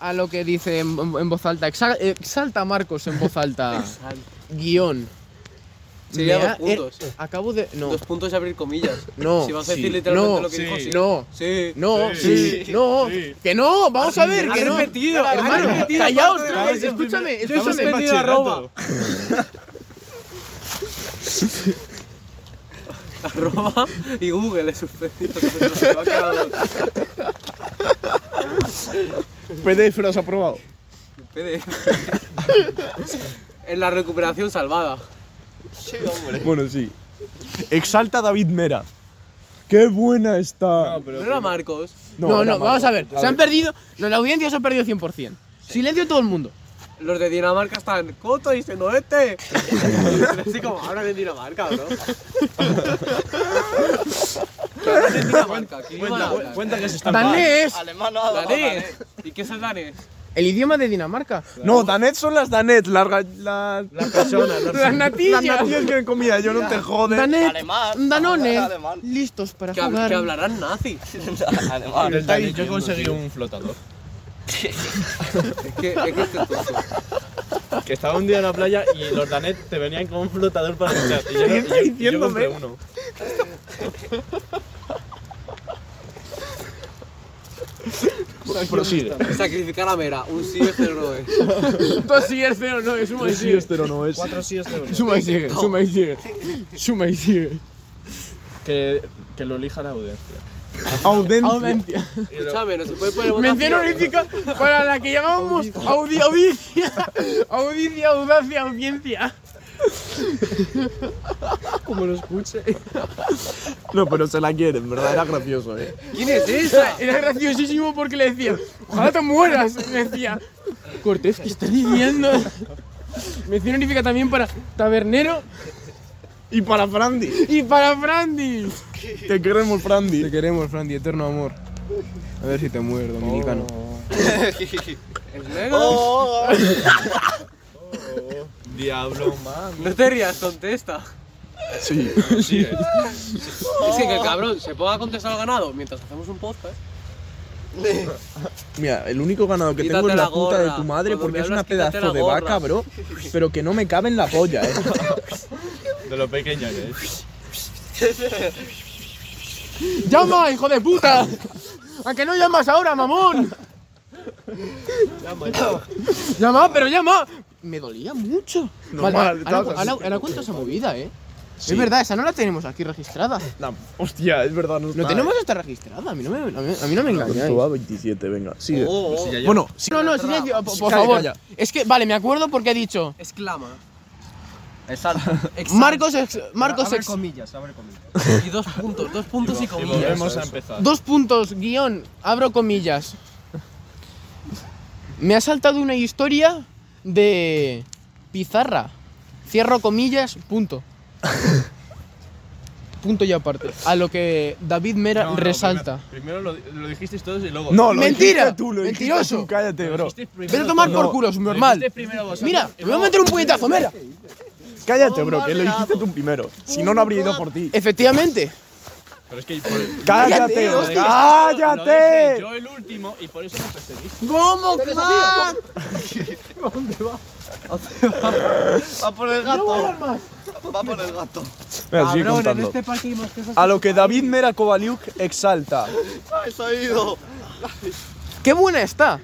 Speaker 5: a lo que dice en, en voz alta, exa- exalta Marcos en voz alta, guión.
Speaker 1: Sería
Speaker 5: Me
Speaker 1: dos
Speaker 5: ha-
Speaker 1: puntos.
Speaker 5: eh, acabo de. No,
Speaker 1: Dos puntos y abrir comillas.
Speaker 5: no.
Speaker 1: Si vas a
Speaker 5: sí,
Speaker 1: decir literalmente
Speaker 5: no,
Speaker 1: lo que dijo, sí.
Speaker 5: No,
Speaker 1: Sí.
Speaker 5: no,
Speaker 2: Sí.
Speaker 5: sí, no,
Speaker 2: Sí.
Speaker 5: que no, vamos a ver,
Speaker 1: Ha
Speaker 5: que no.
Speaker 1: repetido, hermano.
Speaker 5: Callaos, tres, escúchame,
Speaker 1: Yo he
Speaker 5: escúchame.
Speaker 1: suspendido a
Speaker 5: *laughs*
Speaker 1: Roma. Roma y Google he suspendido. Se me ha quedado
Speaker 3: PDF lo has aprobado.
Speaker 1: el PDF. En la recuperación salvada.
Speaker 3: Bueno, sí. Exalta David Mera. ¡Qué buena está!
Speaker 1: ¿No era Marcos?
Speaker 5: No, no,
Speaker 3: era
Speaker 5: vamos
Speaker 3: Marco.
Speaker 5: a ver. Se han perdido. No, la audiencia se ha perdido 100%. Silencio todo el mundo.
Speaker 1: Los de Dinamarca están coto diciendo este. *laughs* Así como hablan de Dinamarca,
Speaker 2: *laughs*
Speaker 1: bro. ¿Qué hablan de Dinamarca? ¿Qué idioma
Speaker 2: Cuenta,
Speaker 1: hablan?
Speaker 2: cuenta que se está
Speaker 5: Danés.
Speaker 7: Alemán no habla
Speaker 1: ¿Danés? ¿Y qué es el danés?
Speaker 5: El idioma de Dinamarca.
Speaker 3: No, Danet son las Danet, las, ga- las,
Speaker 2: Las personas,
Speaker 5: Las
Speaker 2: las
Speaker 3: las
Speaker 5: natillas.
Speaker 3: natillas que comía, yo no te jodes.
Speaker 5: Danet.
Speaker 7: Alemán.
Speaker 5: Danone.
Speaker 7: Alemán.
Speaker 5: Listos para
Speaker 1: Que, hab- que
Speaker 5: jugar.
Speaker 1: hablarán nazi.
Speaker 7: Alemán.
Speaker 2: El Dani, yo conseguí un flotador.
Speaker 1: Es que, es que este tonto.
Speaker 2: Que estaba un día en la playa y los danet te venían con un flotador para luchar. Y yo,
Speaker 3: ¿Qué
Speaker 2: yo-
Speaker 3: está
Speaker 2: yo
Speaker 3: diciéndome?
Speaker 2: compré uno. Prosigue.
Speaker 1: Sacrificar a Mera, un sí es cero no es.
Speaker 5: Todo sigue es cero, no, es suma y sigue.
Speaker 3: Pero no es.
Speaker 2: Cuatro sí, este uno.
Speaker 5: Suma y sigue, suma y sigue. Suma y sigue.
Speaker 2: Que, que lo elija la audiencia.
Speaker 3: Audencia.
Speaker 5: Audiencia.
Speaker 1: Escúchame, no se puede poner votación.
Speaker 5: Mención honorífica para la que llamábamos audi audicia. *laughs* Audicia, audacia, audiencia.
Speaker 2: Como lo escuche.
Speaker 3: No, pero se la quieren, ¿verdad? Era gracioso, eh.
Speaker 1: ¿Quién es esa?
Speaker 5: Era graciosísimo porque le decía, ojalá te mueras. Me decía, Cortés, ¿qué estás diciendo? Mención honorífica también para Tabernero
Speaker 3: Y para Frandi.
Speaker 5: y para Frandi.
Speaker 3: Te queremos, Frandi.
Speaker 5: queremos, Frandi, eterno amor. A ver si te muero, dominicano.
Speaker 1: ¿Es negro?
Speaker 7: Oh,
Speaker 6: *laughs*
Speaker 7: oh, oh.
Speaker 2: Diablo, man.
Speaker 1: No te rías, contesta.
Speaker 3: Sí.
Speaker 2: Sigue.
Speaker 1: Es que, que el cabrón se ponga a contestar al ganado mientras hacemos un podcast.
Speaker 3: Mira, el único ganado que
Speaker 1: Quítate
Speaker 3: tengo es
Speaker 1: la
Speaker 3: la puta de
Speaker 1: gorra.
Speaker 3: tu madre
Speaker 1: Cuando
Speaker 3: porque
Speaker 1: me
Speaker 3: es una
Speaker 1: hablas, quítate
Speaker 3: pedazo
Speaker 1: la
Speaker 3: de
Speaker 1: gorra.
Speaker 3: vaca, bro. Pero que no me cabe en la polla,
Speaker 1: *laughs*
Speaker 3: eh.
Speaker 2: De lo pequeña que es.
Speaker 5: ¡Llama, hijo de puta! ¿A que no llamas ahora, mamón? Llama, pero llama. Me dolía mucho. Vale,
Speaker 3: Normal,
Speaker 5: ahora,
Speaker 3: estás
Speaker 5: ahora- ahora cuento esa movida, eh. Es verdad, esa no la tenemos aquí registrada.
Speaker 3: No, hostia, es verdad, no está.
Speaker 5: No tenemos esta registrada, a mí no me, a mí- a mí no me engañáis.
Speaker 3: Tú a 27, venga. Sigue.
Speaker 1: Oh, oh.
Speaker 3: Bueno, sí.
Speaker 5: No, no, silencio, por- por
Speaker 3: Calla,
Speaker 5: favor.
Speaker 3: calla.
Speaker 5: Es que, vale, me acuerdo porque ha dicho
Speaker 1: Exclama.
Speaker 7: Exacto.
Speaker 5: Marcos ex- Marcos
Speaker 7: Abre
Speaker 5: ex-
Speaker 7: comillas, abre comillas.
Speaker 1: Y dos puntos, dos puntos y
Speaker 2: Y
Speaker 1: comillas.
Speaker 2: volvemos a empezar.
Speaker 5: dos puntos, guión, abro comillas. Me ha saltado una historia de pizarra. Cierro comillas, punto. punto y aparte. A lo que David Mera
Speaker 2: No, no,
Speaker 5: resalta.
Speaker 2: Primero, primero lo, di- lo dijisteis todos y luego.
Speaker 3: No, lo
Speaker 5: Mentira,
Speaker 3: dijiste tú, lo dijiste
Speaker 5: mentiroso.
Speaker 3: tú, cállate, bro.
Speaker 2: dijisteis primero
Speaker 5: Vete a tomar
Speaker 2: todos.
Speaker 5: por culo,
Speaker 2: Lo
Speaker 5: subnormal.
Speaker 2: dijisteis primero vosotros
Speaker 5: Mira,
Speaker 2: y
Speaker 5: me voy a
Speaker 2: luego-
Speaker 5: meter un puñetazo, Mera.
Speaker 3: Cállate, bro, que lo dijiste tú primero. Si no, no habría ido por ti.
Speaker 5: Efectivamente.
Speaker 2: Pero es que. por-
Speaker 3: ¡Cállate!
Speaker 2: Lo dije- lo dije
Speaker 3: ¡Cállate!
Speaker 2: Yo el último y por eso me perseguís.
Speaker 5: ¿Cómo,
Speaker 7: Va por el gato. Va por el gato.
Speaker 3: Mira, sigue contando. A lo que David Mera Kovaliuk exalta.
Speaker 7: Eso ha ido.
Speaker 5: ¡Qué buena está!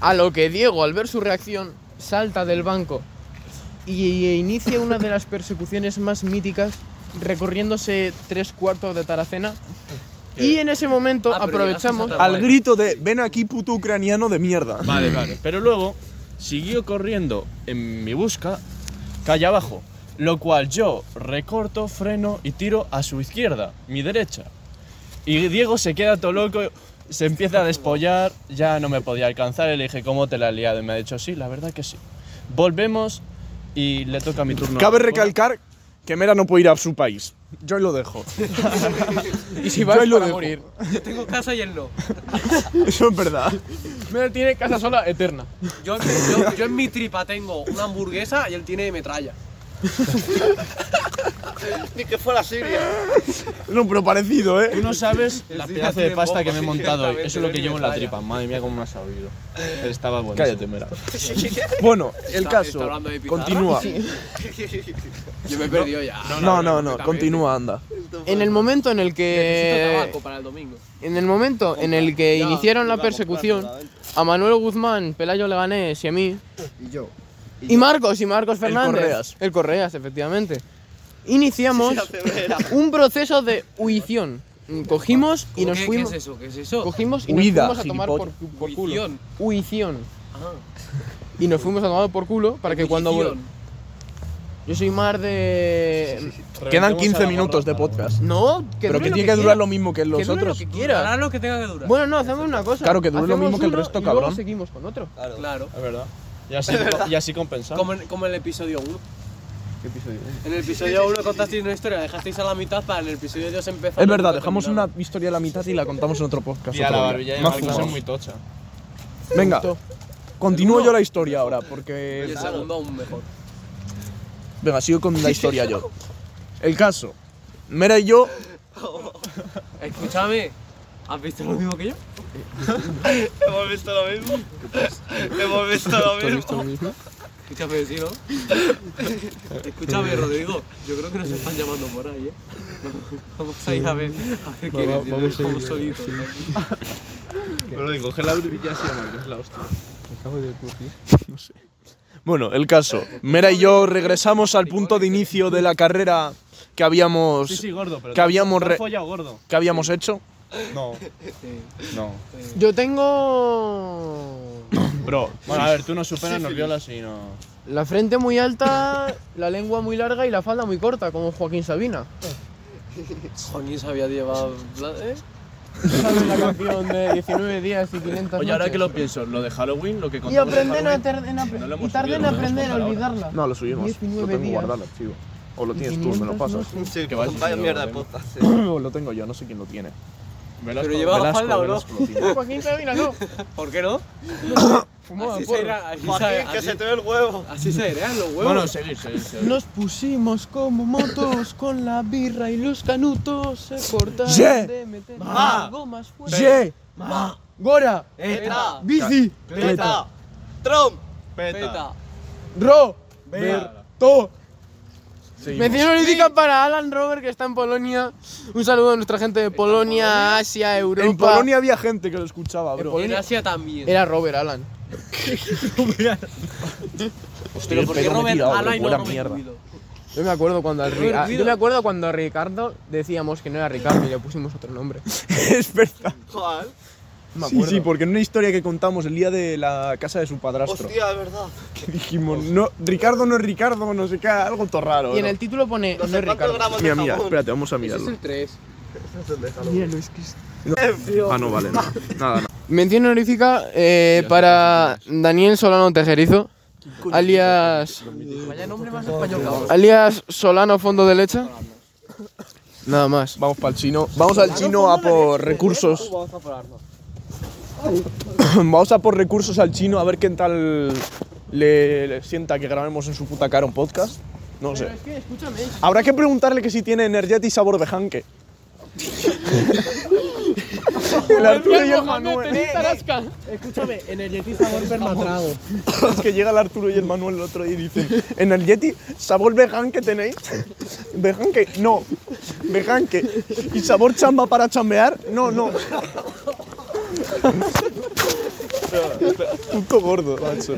Speaker 5: A lo que Diego, al ver su reacción, salta del banco y inicia una de las persecuciones más míticas, recorriéndose tres cuartos de Taracena. Y en ese momento
Speaker 1: Ah, pero llegaste
Speaker 5: aprovechamos.
Speaker 1: a
Speaker 3: Al grito de, ven aquí puto ucraniano de mierda.
Speaker 2: Vale, vale. Pero luego siguió corriendo en mi busca calle abajo, lo cual yo recorto, freno y tiro a su izquierda, mi derecha. Y Diego se queda todo loco, se empieza a despollar, ya no me podía alcanzar, y le dije, ¿cómo te la has liado? Y me ha dicho, sí, la verdad que sí. Volvemos y le toca mi turno.
Speaker 3: Cabe recalcar que Mera no puede ir a su país. Yo ahí lo dejo.
Speaker 5: Y si vas
Speaker 3: ahí lo
Speaker 5: para
Speaker 3: dejo.
Speaker 5: morir.
Speaker 6: Yo tengo casa y él no.
Speaker 3: Eso es verdad.
Speaker 5: Mira, tiene casa sola eterna.
Speaker 6: Yo, yo- yo en mi tripa tengo una hamburguesa y él tiene metralla.
Speaker 7: Ni que fuera Siria.
Speaker 3: No, pero parecido, ¿eh?
Speaker 2: Tú no sabes la
Speaker 6: Sí,
Speaker 2: pedazo
Speaker 6: tiene
Speaker 2: de pasta
Speaker 6: bombas,
Speaker 2: que me he montado hoy.
Speaker 6: exactamente,
Speaker 2: Eso es lo que
Speaker 6: no
Speaker 2: llevo en
Speaker 6: tiene
Speaker 2: la
Speaker 6: falla.
Speaker 2: tripa. Madre mía, cómo me has sabido. Estaba bueno.
Speaker 3: Cállate, Mera. Bueno, el
Speaker 6: Está- está
Speaker 3: caso.
Speaker 6: hablando de pizarra.
Speaker 3: Continúa.
Speaker 6: Yo me he perdido ya.
Speaker 3: No, no, no, continúa, anda.
Speaker 5: En el momento en el
Speaker 6: Necesito
Speaker 5: que.
Speaker 6: tabaco para el domingo.
Speaker 5: En el momento en el que
Speaker 6: Ya,
Speaker 5: iniciaron la
Speaker 7: iba a comprar
Speaker 5: persecución
Speaker 7: solamente.
Speaker 5: a Manuel Guzmán, Pelayo Leganés y a mí.
Speaker 7: Y yo.
Speaker 5: Y Marcos, y Marcos Fernández.
Speaker 3: Correas.
Speaker 5: El Correas, efectivamente. Iniciamos
Speaker 7: La
Speaker 2: *laughs*
Speaker 7: severa.
Speaker 5: un proceso de huición. Cogimos y nos
Speaker 6: ¿Qué,
Speaker 5: fuimos.
Speaker 6: ¿Qué es eso? ¿Qué es eso?
Speaker 5: Cogimos y nos
Speaker 3: Huida,
Speaker 5: fuimos a tomar por, por culo.
Speaker 6: Huición.
Speaker 5: Huición.
Speaker 6: Ah,
Speaker 5: Y nos fuimos a tomar por culo para que cuando. vol-
Speaker 6: huición.
Speaker 5: Yo soy más de.
Speaker 3: Quedan 15 minutos de podcast.
Speaker 5: No, que
Speaker 3: Pero
Speaker 5: dure
Speaker 3: que tiene
Speaker 5: lo
Speaker 3: que durar
Speaker 5: quiera.
Speaker 3: lo mismo que los
Speaker 5: Que dure
Speaker 3: otros.
Speaker 5: Lo que
Speaker 6: Durará
Speaker 5: quieras.
Speaker 6: lo que tenga que durar.
Speaker 5: Bueno, no, hacemos una cosa.
Speaker 3: Claro, que dure lo
Speaker 5: Hacemos
Speaker 3: mismo que el
Speaker 5: uno
Speaker 3: resto,
Speaker 5: y luego
Speaker 3: cabrón.
Speaker 5: seguimos con otro.
Speaker 6: Claro.
Speaker 2: Es verdad. Y así, y así compensamos.
Speaker 6: Como en, como en el episodio 1. En el episodio 1 contasteis una historia, la dejasteis a la mitad para en el episodio 2 empezar.
Speaker 3: Es verdad, dejamos una historia a la mitad y la contamos en otro podcast.
Speaker 2: Y a la
Speaker 3: otro día.
Speaker 2: barbilla de
Speaker 3: Más
Speaker 2: Marcos es
Speaker 3: fumados.
Speaker 2: muy tocha.
Speaker 3: Venga, continúo
Speaker 6: Uno.
Speaker 3: yo la historia ahora,
Speaker 6: Y
Speaker 3: porque.
Speaker 6: el segundo aún mejor.
Speaker 3: Venga, sigo con *laughs* la historia yo. El caso. Mera y yo.
Speaker 6: Escúchame, ¿has visto lo mismo que yo?
Speaker 7: Hemos visto lo *laughs* mismo. Hemos visto lo mismo.
Speaker 6: Escúchame, vecino. Escúchame, Rodrigo. Yo creo que nos están llamando por ahí, ¿eh? *laughs* Vamos a ir a ver, a ver quién es. Yo nos dejamos solitos.
Speaker 2: Pero coge la barbilla así a Marcos, la hostia.
Speaker 3: Bueno, el caso. Mera y yo regresamos al punto de inicio de la carrera que
Speaker 2: Sí,
Speaker 3: habíamos.
Speaker 2: sí, gordo, pero.
Speaker 3: Que habíamos,
Speaker 2: ¿Te
Speaker 3: re-
Speaker 2: has follado, gordo?
Speaker 3: que habíamos hecho.
Speaker 2: No. No.
Speaker 5: Yo tengo.
Speaker 2: Bro. Bueno, a ver, tú nos superas, nos violas y no.
Speaker 5: La frente muy alta, la lengua muy larga y la falda muy corta, como Joaquín Sabina.
Speaker 6: Joaquín sabía llevar. ¿eh?
Speaker 5: ¿Sabes la canción de 19 días y 500
Speaker 2: Oye, ahora
Speaker 5: noches?
Speaker 2: que lo pienso, lo de Halloween, lo que
Speaker 5: Y
Speaker 2: contamos. de
Speaker 5: aprender a
Speaker 2: Halloween,
Speaker 5: ter- en apre-
Speaker 2: No lo
Speaker 5: y
Speaker 2: hemos
Speaker 5: tardé en
Speaker 2: subido, lo
Speaker 5: aprender a
Speaker 2: tenemos ahora.
Speaker 5: olvidarla.
Speaker 3: No, lo subimos. Lo
Speaker 5: 19
Speaker 3: tengo
Speaker 5: días.
Speaker 3: guardado el archivo. O lo
Speaker 5: Y
Speaker 3: tienes tú, me lo
Speaker 5: 500
Speaker 3: pasas.
Speaker 5: noches.
Speaker 7: Sí,
Speaker 2: Que vas
Speaker 7: vaya
Speaker 2: diciendo,
Speaker 7: mierda de
Speaker 2: ¿verdad?
Speaker 7: podcast.
Speaker 3: O *clears throat* lo tengo yo, no sé quién lo tiene.
Speaker 2: Velasco-
Speaker 6: Pero llevaba
Speaker 2: Velasco,
Speaker 6: falda, ¿o no?
Speaker 2: Velasco lo tiene.
Speaker 5: Joaquín Sabina, no.
Speaker 6: ¿Por qué no?
Speaker 5: Fumaba
Speaker 6: así,
Speaker 5: porro.
Speaker 6: se era- así, se-
Speaker 7: Joaquín, que
Speaker 6: así-
Speaker 7: se te ve el huevo.
Speaker 6: así se heredan los huevos.
Speaker 2: Bueno, seguir, seguir, seguir.
Speaker 5: Nos pusimos como motos con la birra y los canutos se cortaron
Speaker 3: Yeah.
Speaker 5: de meter
Speaker 2: Ah.
Speaker 7: Ma.
Speaker 5: algo más fuerte.
Speaker 3: *laughs* ¡Ye!
Speaker 5: Gora,
Speaker 6: Eh,
Speaker 7: Peta.
Speaker 5: bici,
Speaker 7: Peta. Trump.
Speaker 6: Peta.
Speaker 5: ro, berto. Mención honorífica para Alan Robert que está en Polonia. Un saludo a nuestra gente de Polonia, Asia, Europa.
Speaker 3: En Polonia había gente que lo escuchaba, bro.
Speaker 6: En Asia también.
Speaker 5: Era Robert Alan.
Speaker 3: Hostia,
Speaker 6: Pero
Speaker 3: el
Speaker 6: ¿por qué
Speaker 3: pelo me
Speaker 6: Robert
Speaker 3: he tirado,
Speaker 6: Alan
Speaker 3: bro,
Speaker 6: y no
Speaker 3: buena
Speaker 6: Robert
Speaker 3: mierda.
Speaker 6: Guido?
Speaker 5: Yo me acuerdo cuando al Ri-
Speaker 6: Robert
Speaker 5: a-
Speaker 6: Guido.
Speaker 5: yo me acuerdo cuando a Ricardo decíamos que no era Ricardo y le pusimos otro nombre.
Speaker 3: *laughs* es verdad.
Speaker 7: Joder.
Speaker 5: Me
Speaker 3: Sí,
Speaker 5: acuerdo.
Speaker 3: sí, porque en una historia que contamos el día de la casa de su padrastro,
Speaker 7: Hostia, es verdad.
Speaker 3: que *laughs* dijimos, no, Ricardo no es Ricardo, no sé qué, algo todo raro.
Speaker 5: y en
Speaker 3: ¿no?
Speaker 5: el título pone
Speaker 7: No
Speaker 5: no
Speaker 7: sé
Speaker 5: es
Speaker 7: cuántos
Speaker 5: Ricardo.
Speaker 7: gramos de
Speaker 3: Mira, mira,
Speaker 7: jamón.
Speaker 3: espérate, vamos a
Speaker 6: Ese es
Speaker 3: mirarlo.
Speaker 6: el 3.
Speaker 5: Míralo, es que es-
Speaker 6: *laughs*
Speaker 3: Ah, no, vale, no. Nada, nada.
Speaker 5: Mención honorífica eh, para Daniel Solano Tejerizo, alias,
Speaker 6: Vaya nombre más español, cabrón.
Speaker 5: alias Solano Fondo de Leche. Nada más.
Speaker 3: Vamos para el chino. Vamos al chino a por recursos. *coughs* Vamos a por recursos al chino a ver qué tal le, le sienta que grabemos en su puta cara un podcast. No lo sé. Habrá que preguntarle que si tiene energeti y sabor de hanque. el Arturo y el Manuel.
Speaker 1: Escúchame, energetiza sabor permatrago.
Speaker 3: *laughs* Es que llega el Arturo y el Manuel el otro día y dicen, Energeti, sabor vegan que tenéis. *laughs* Vegan que, no. Vegan que. ¿Y sabor chamba para chambear? No, no. Puto gordo, macho.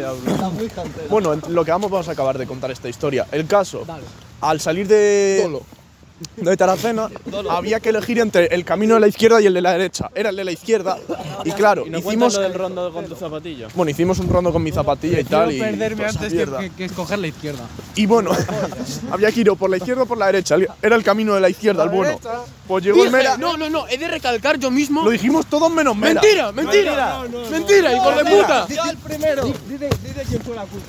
Speaker 3: *laughs* Bueno, en lo que vamos, vamos a acabar de contar esta historia. El caso, al salir de. De Taracena había que elegir entre el camino de la izquierda y el de la derecha. Era el de la izquierda. Y claro,
Speaker 2: ¿No cuentas
Speaker 3: hicimos
Speaker 2: lo del rondo con tu zapatilla?
Speaker 3: bueno, hicimos un rondo con mi zapatilla y tal. Y, toda esa mierda.
Speaker 1: escoger la izquierda.
Speaker 3: y bueno, *laughs* había que ir o por la izquierda o por la derecha. Era el camino de la izquierda, el bueno. Pues llegó el Mera.
Speaker 5: eh, no, no, no, he de recalcar yo mismo.
Speaker 3: Lo dijimos todos menos Mera.
Speaker 5: Mentira, mentira, mentira, hijo de puta.
Speaker 1: Yo el primero. Dice, dice quién fue la culpa.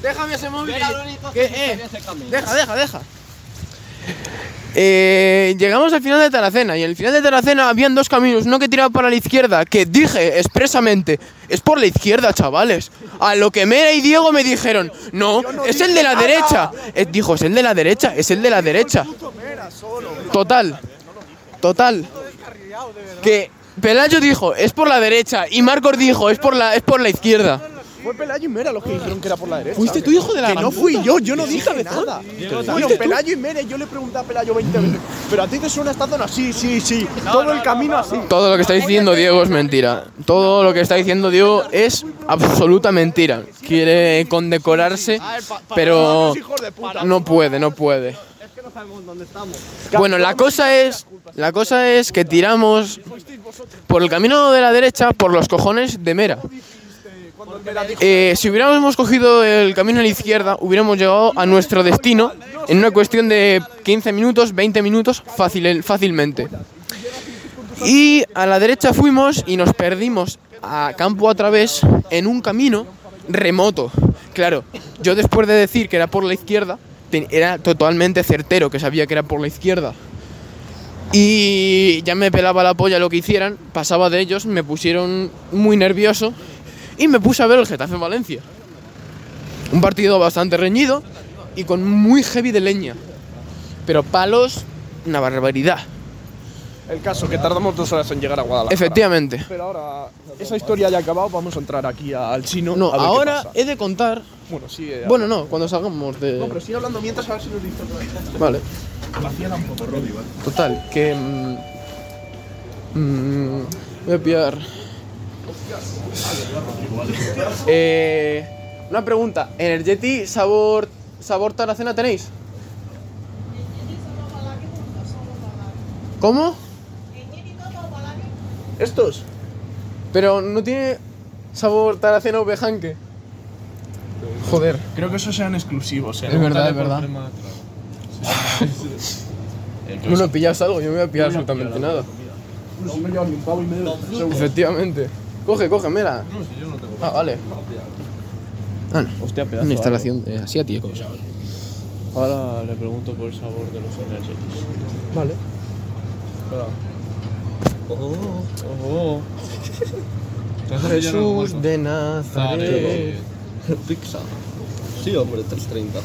Speaker 5: Déjame ese móvil.
Speaker 10: Era lo único
Speaker 5: que-
Speaker 10: que
Speaker 5: eh,
Speaker 10: sabía ese camino.
Speaker 5: Deja, deja, deja. Eh, llegamos al final de Taracena y en el final de Taracena habían dos caminos, uno que tiraba para la izquierda, que dije expresamente, es por la izquierda, chavales. A lo que Mera y Diego me dijeron, no, es el de la derecha. Eh, dijo, es el de la derecha, es el de la derecha. Total, total. Que Pelayo dijo, es por la derecha y Marcos dijo, es por la, es por la izquierda.
Speaker 3: Fue Pelayo y Mera los que dijeron que era por la derecha.
Speaker 5: ¿Fuiste tú hijo de la
Speaker 3: Que no
Speaker 5: gran
Speaker 3: fui
Speaker 5: puta?
Speaker 3: yo, yo no dije nada. Fueron Pelayo y Mera, y yo le pregunté a Pelayo 20 veces. Pero a ti te suena esta zona así, sí, sí. Todo el camino así.
Speaker 5: Todo lo que está diciendo Diego es mentira. Todo lo que está diciendo Diego es absoluta mentira. Quiere condecorarse, pero no puede, no puede. Bueno, la cosa es, la cosa es que tiramos por el camino de la derecha por los cojones de Mera. Eh, si hubiéramos cogido el camino a la izquierda, hubiéramos llegado a nuestro destino en una cuestión de 15 minutos, 20 minutos, fácil, fácilmente. Y a la derecha fuimos y nos perdimos a campo a través en un camino remoto. Claro, yo después de decir que era por la izquierda, te- era totalmente certero que sabía que era por la izquierda. Y ya me pelaba la polla lo que hicieran, pasaba de ellos, me pusieron muy nervioso y me puse a ver el Getafe Valencia. Un partido bastante reñido y con muy heavy de leña. Pero palos, una barbaridad.
Speaker 3: El caso, que tardamos dos horas en llegar a Guadalajara.
Speaker 5: Efectivamente.
Speaker 3: Pero ahora, esa historia ya ha acabado, vamos a entrar aquí al chino.
Speaker 5: No,
Speaker 3: a ver qué
Speaker 5: ahora
Speaker 3: pasa.
Speaker 5: he de contar.
Speaker 3: Bueno, sí. eh,
Speaker 5: Bueno, no, cuando salgamos de.
Speaker 3: No, pero sigue hablando mientras a ver si nos dice otra vez.
Speaker 5: Vale. Total, que. mm, mm, voy a pillar. Eh, una pregunta: ¿Energeti sabor, sabor taracena tenéis? ¿Cómo?
Speaker 3: ¿Estos?
Speaker 5: Pero no tiene sabor taracena o bejanque. Joder.
Speaker 3: Creo que esos sean exclusivos, eh.
Speaker 5: Es verdad, es verdad. *laughs* No, no pillas algo, yo no voy a pillar absolutamente nada. Efectivamente. Coge, coge, mira. Ah, vale. Ah, no.
Speaker 2: Hostia, pedazo.
Speaker 3: ¿eh?
Speaker 5: Una instalación de asiáticos.
Speaker 2: Ahora le pregunto por el sabor de los energéticos.
Speaker 5: Vale.
Speaker 2: Oh,
Speaker 5: Jesús de Nazaret.
Speaker 1: *laughs*
Speaker 7: Pizza. Sí, hombre, 330.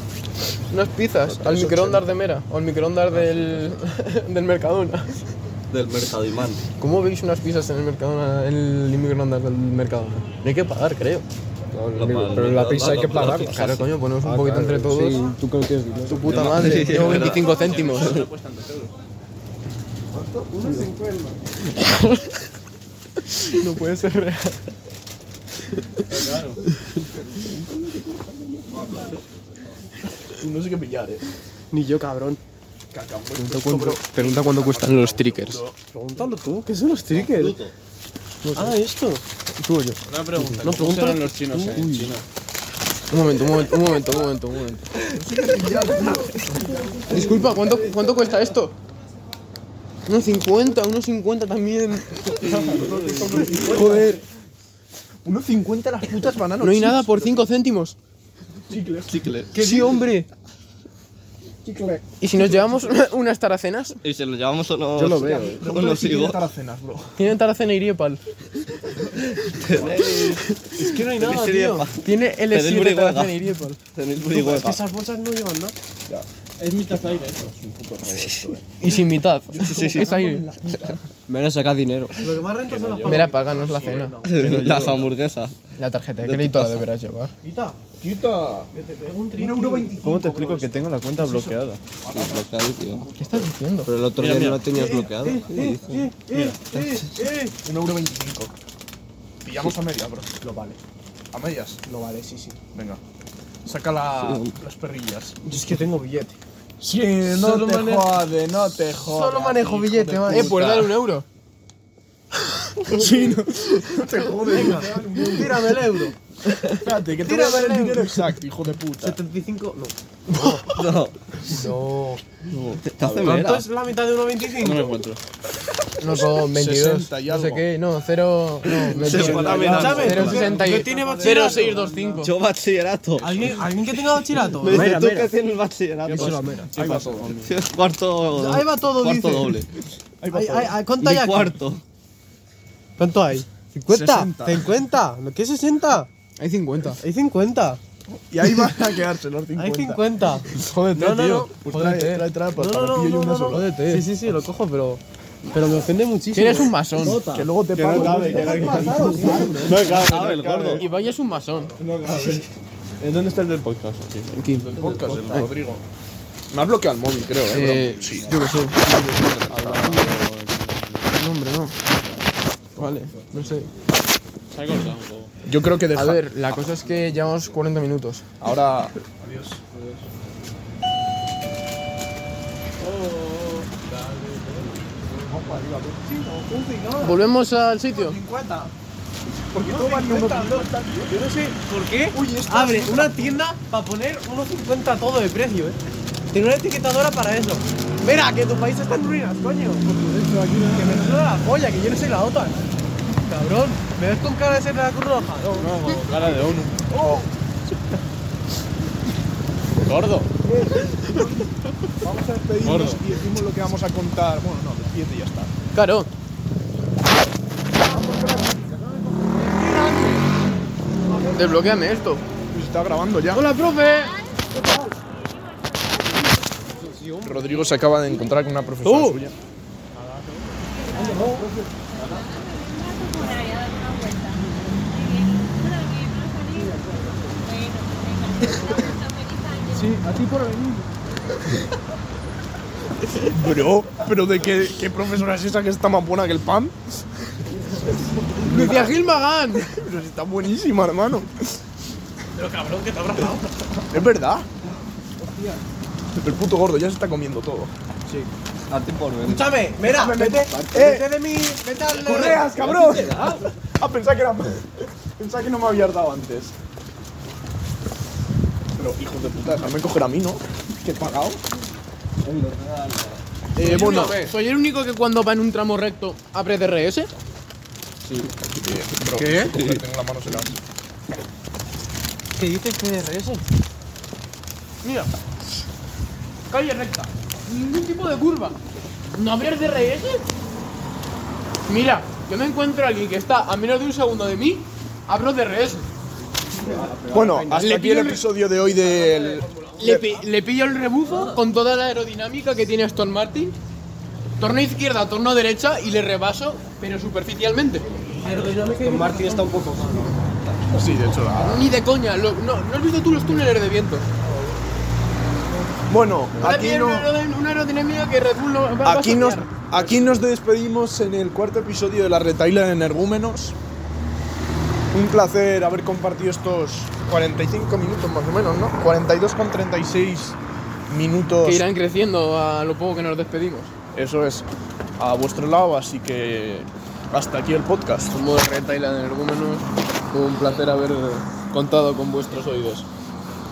Speaker 5: Unas pizzas al microondas de Mera o al
Speaker 3: Ah,
Speaker 5: microondas del, *laughs* del Mercadona.
Speaker 7: Del Mercadimán.
Speaker 5: ¿Cómo veis unas pizzas en el Mercadona, en el microondas del Mercadona? No hay que pagar, creo.
Speaker 7: Pero la pizza hay que pagar.
Speaker 5: Ah, Claro, coño, ponemos un poquito entre todos. tú creo que es Tu puta madre. Tengo 25 céntimos. *laughs* No puede ser real.
Speaker 3: No sé qué pillar, eh.
Speaker 1: Ni yo, cabrón.
Speaker 3: Pregunta
Speaker 5: pues
Speaker 3: cuánto.
Speaker 5: Pregunta cuánto cuestan los trickers.
Speaker 1: Pregúntalo tú, ¿qué son los triggers? Ah, esto. Tú o yo.
Speaker 2: Una pregunta.
Speaker 1: No,
Speaker 2: ¿Cómo
Speaker 1: pregúntale-
Speaker 2: serán los chinos en China?
Speaker 5: Un momento, un momento, un momento, un momento, un momento. Disculpa, ¿cuánto, cuánto cuesta esto? 1,50, 1,50 también. Joder,
Speaker 3: 1,50 las putas bananas.
Speaker 5: no hay nada por 5 céntimos.
Speaker 7: Chicle.
Speaker 5: ¿Qué sí, hombre? ¿Y si nos llevamos *laughs* unas taracenas?
Speaker 7: ¿Y se lo llevamos unos.
Speaker 1: Yo lo veo, eh.
Speaker 7: Unos higos. *laughs*
Speaker 3: cenas, bro.
Speaker 5: Tiene taracena y riepal.
Speaker 1: Es que no hay nada,
Speaker 7: sería
Speaker 1: tío.
Speaker 7: pa-
Speaker 5: Tiene el
Speaker 7: Pero es
Speaker 5: de
Speaker 7: Brihuega.
Speaker 5: taracena y riepal.
Speaker 7: Tenéis
Speaker 1: Tú,
Speaker 7: muy
Speaker 1: Es que esas bolsas no llevan nada.
Speaker 5: Y sin mitad. Es aire.
Speaker 7: Ven a
Speaker 1: *laughs*
Speaker 7: sacar dinero.
Speaker 1: Lo que más renta son las
Speaker 5: Mira, páganos la cena.
Speaker 7: Las hamburguesas.
Speaker 5: La tarjeta de crédito la deberás llevar.
Speaker 1: palomitas.
Speaker 3: Quita.
Speaker 1: ¿Cómo te explico que tengo la cuenta bloqueada?
Speaker 7: Bloqueado, tío.
Speaker 5: ¿Qué estás diciendo?
Speaker 7: Pero el otro día no lo tenías bloqueado.
Speaker 3: Un euro 25. Pillamos a media, bro. Lo vale. ¿A medias? Lo vale, sí, sí. Venga. Saca la- las perrillas.
Speaker 1: Yo es que tengo billete.
Speaker 3: Sí, no te jode, no te jode.
Speaker 1: Solo manejo billete, man.
Speaker 5: Eh, pues dale un euro.
Speaker 3: te jode. Venga,
Speaker 1: Tírame el euro.
Speaker 3: espérate, que te voy
Speaker 1: Tira
Speaker 3: a dar el
Speaker 1: el
Speaker 3: dinero exacto, hijo de puta.
Speaker 1: 75. No.
Speaker 7: *laughs* No.
Speaker 1: ¿Cuánto es la mitad de
Speaker 2: No
Speaker 1: 1,25?
Speaker 2: me encuentro.
Speaker 3: *laughs*
Speaker 5: No, con 22.
Speaker 3: 60 y
Speaker 5: No sé
Speaker 3: algo.
Speaker 5: qué, no, 0.
Speaker 3: *laughs*
Speaker 5: No,
Speaker 7: Sesenta y algo. ¿Sabes?
Speaker 5: 0,68.
Speaker 1: tiene bachillerato?
Speaker 5: 0,625.
Speaker 7: *laughs*
Speaker 2: Yo bachillerato.
Speaker 1: ¿Alguien, ¿Alguien que tenga bachillerato?
Speaker 2: Me dices
Speaker 1: Mira,
Speaker 2: tú
Speaker 1: mira.
Speaker 2: que tienes el bachillerato. Cuarto.
Speaker 1: Ahí va todo,
Speaker 2: Cuarto
Speaker 1: dice.
Speaker 2: doble.
Speaker 1: Ay, ay, ay, ¿Cuánto hay
Speaker 2: Mi
Speaker 1: aquí?
Speaker 2: cuarto.
Speaker 1: ¿Cuánto hay? ¿50?
Speaker 3: 60.
Speaker 1: ¿50? ¿No qué 60?
Speaker 5: Hay 50.
Speaker 1: Hay 50.
Speaker 3: Y ahí van a quedarse los 50.
Speaker 1: Hay 50.
Speaker 5: Jódete,
Speaker 1: No, no, no.
Speaker 3: Pues trae, trae trampas
Speaker 1: No,
Speaker 3: para
Speaker 1: no,
Speaker 3: ti y
Speaker 1: no,
Speaker 3: una
Speaker 1: no,
Speaker 3: sola.
Speaker 1: no, no. Sí, sí, sí, lo cojo, pero. Pero me ofende muchísimo.
Speaker 5: Eres un masón.
Speaker 1: Nota.
Speaker 3: Que luego te pago.
Speaker 2: Ah, el gordo.
Speaker 5: Y vaya es un masón.
Speaker 2: ¿Dónde está el del podcast?
Speaker 3: Me has bloqueado el móvil, creo, eh.
Speaker 5: Eh, yo qué sé. No, hombre, no. Vale, no sé.
Speaker 2: Se ha cortado un poco.
Speaker 3: Yo creo que
Speaker 5: A
Speaker 3: deja.
Speaker 5: ver, la cosa es que llevamos 40 minutos.
Speaker 3: Ahora.
Speaker 5: ¿Volvemos al sitio?
Speaker 1: ¿Por qué? Abre una tienda para poner unos 50 todo de precio, eh. Tiene una etiquetadora para eso. Mira, que tu país está en ruinas, coño. Que me suena la polla, que yo no soy la OTAN. Cabrón, ¿me ves con cara de ser de la Cruz Roja? No.
Speaker 2: Cara de uno. Gordo.
Speaker 3: Vamos a despedirnos y decimos lo que vamos a contar. Bueno, no, despídete y ya está.
Speaker 5: Claro. Desbloqueame esto.
Speaker 3: Pues está grabando ya.
Speaker 5: ¡Hola, profe!
Speaker 3: Rodrigo se acaba de encontrar con una profesora suya. Bro, pero de qué, qué profesora es esa que está más buena que el pan?
Speaker 5: ¡Lucía Gil Magán!
Speaker 3: Pero si está buenísima, hermano. Pero cabrón, que te habrás Es verdad. El puto gordo ya se está comiendo todo.
Speaker 1: Escúchame, mira, vete, vete de mi. Vete al.
Speaker 3: eh. ¡Correas, cabrón! Ah, pensaba que era. Pensaba que no me habías dado antes. Pero hijos de puta, déjame coger a mí, ¿no? Que he pagado. Eh, bueno,
Speaker 5: ¿Soy el único que cuando va en un tramo recto abre DRS?
Speaker 3: ¿qué? Tengo las manos heladas.
Speaker 1: ¿Qué dices PDRS? Mira. Calle recta.
Speaker 5: Ningún tipo de curva. ¿No abrir DRS? Mira, yo me encuentro a alguien que está a menos de un segundo de mí, abro DRS.
Speaker 3: Bueno, hasta aquí el episodio de hoy del.
Speaker 5: Le, pi- le pillo el rebufo con toda la aerodinámica que tiene Aston Martin. Torno izquierda, torno derecha y le rebaso, pero superficialmente.
Speaker 1: Martín está un poco.
Speaker 3: Sí, de hecho, ah.
Speaker 5: Ni de coña, lo- no, ¿no has visto tú los túneles de viento?
Speaker 3: Bueno, aquí
Speaker 5: También
Speaker 3: no.
Speaker 5: una aerod- una aerodinámica que Red Bull no va- va a
Speaker 3: Aquí nos,
Speaker 5: soñar.
Speaker 3: aquí nos despedimos en el cuarto episodio de la retaila de energúmenos. Un placer haber compartido estos 45 minutos más o menos, ¿no? 42 con 36 minutos.
Speaker 5: Que irán creciendo a lo poco que nos despedimos.
Speaker 3: Eso es, a vuestro lado, así que hasta aquí el podcast.
Speaker 5: Somos Red Island Energúmenos. Un placer haber contado con vuestros oídos.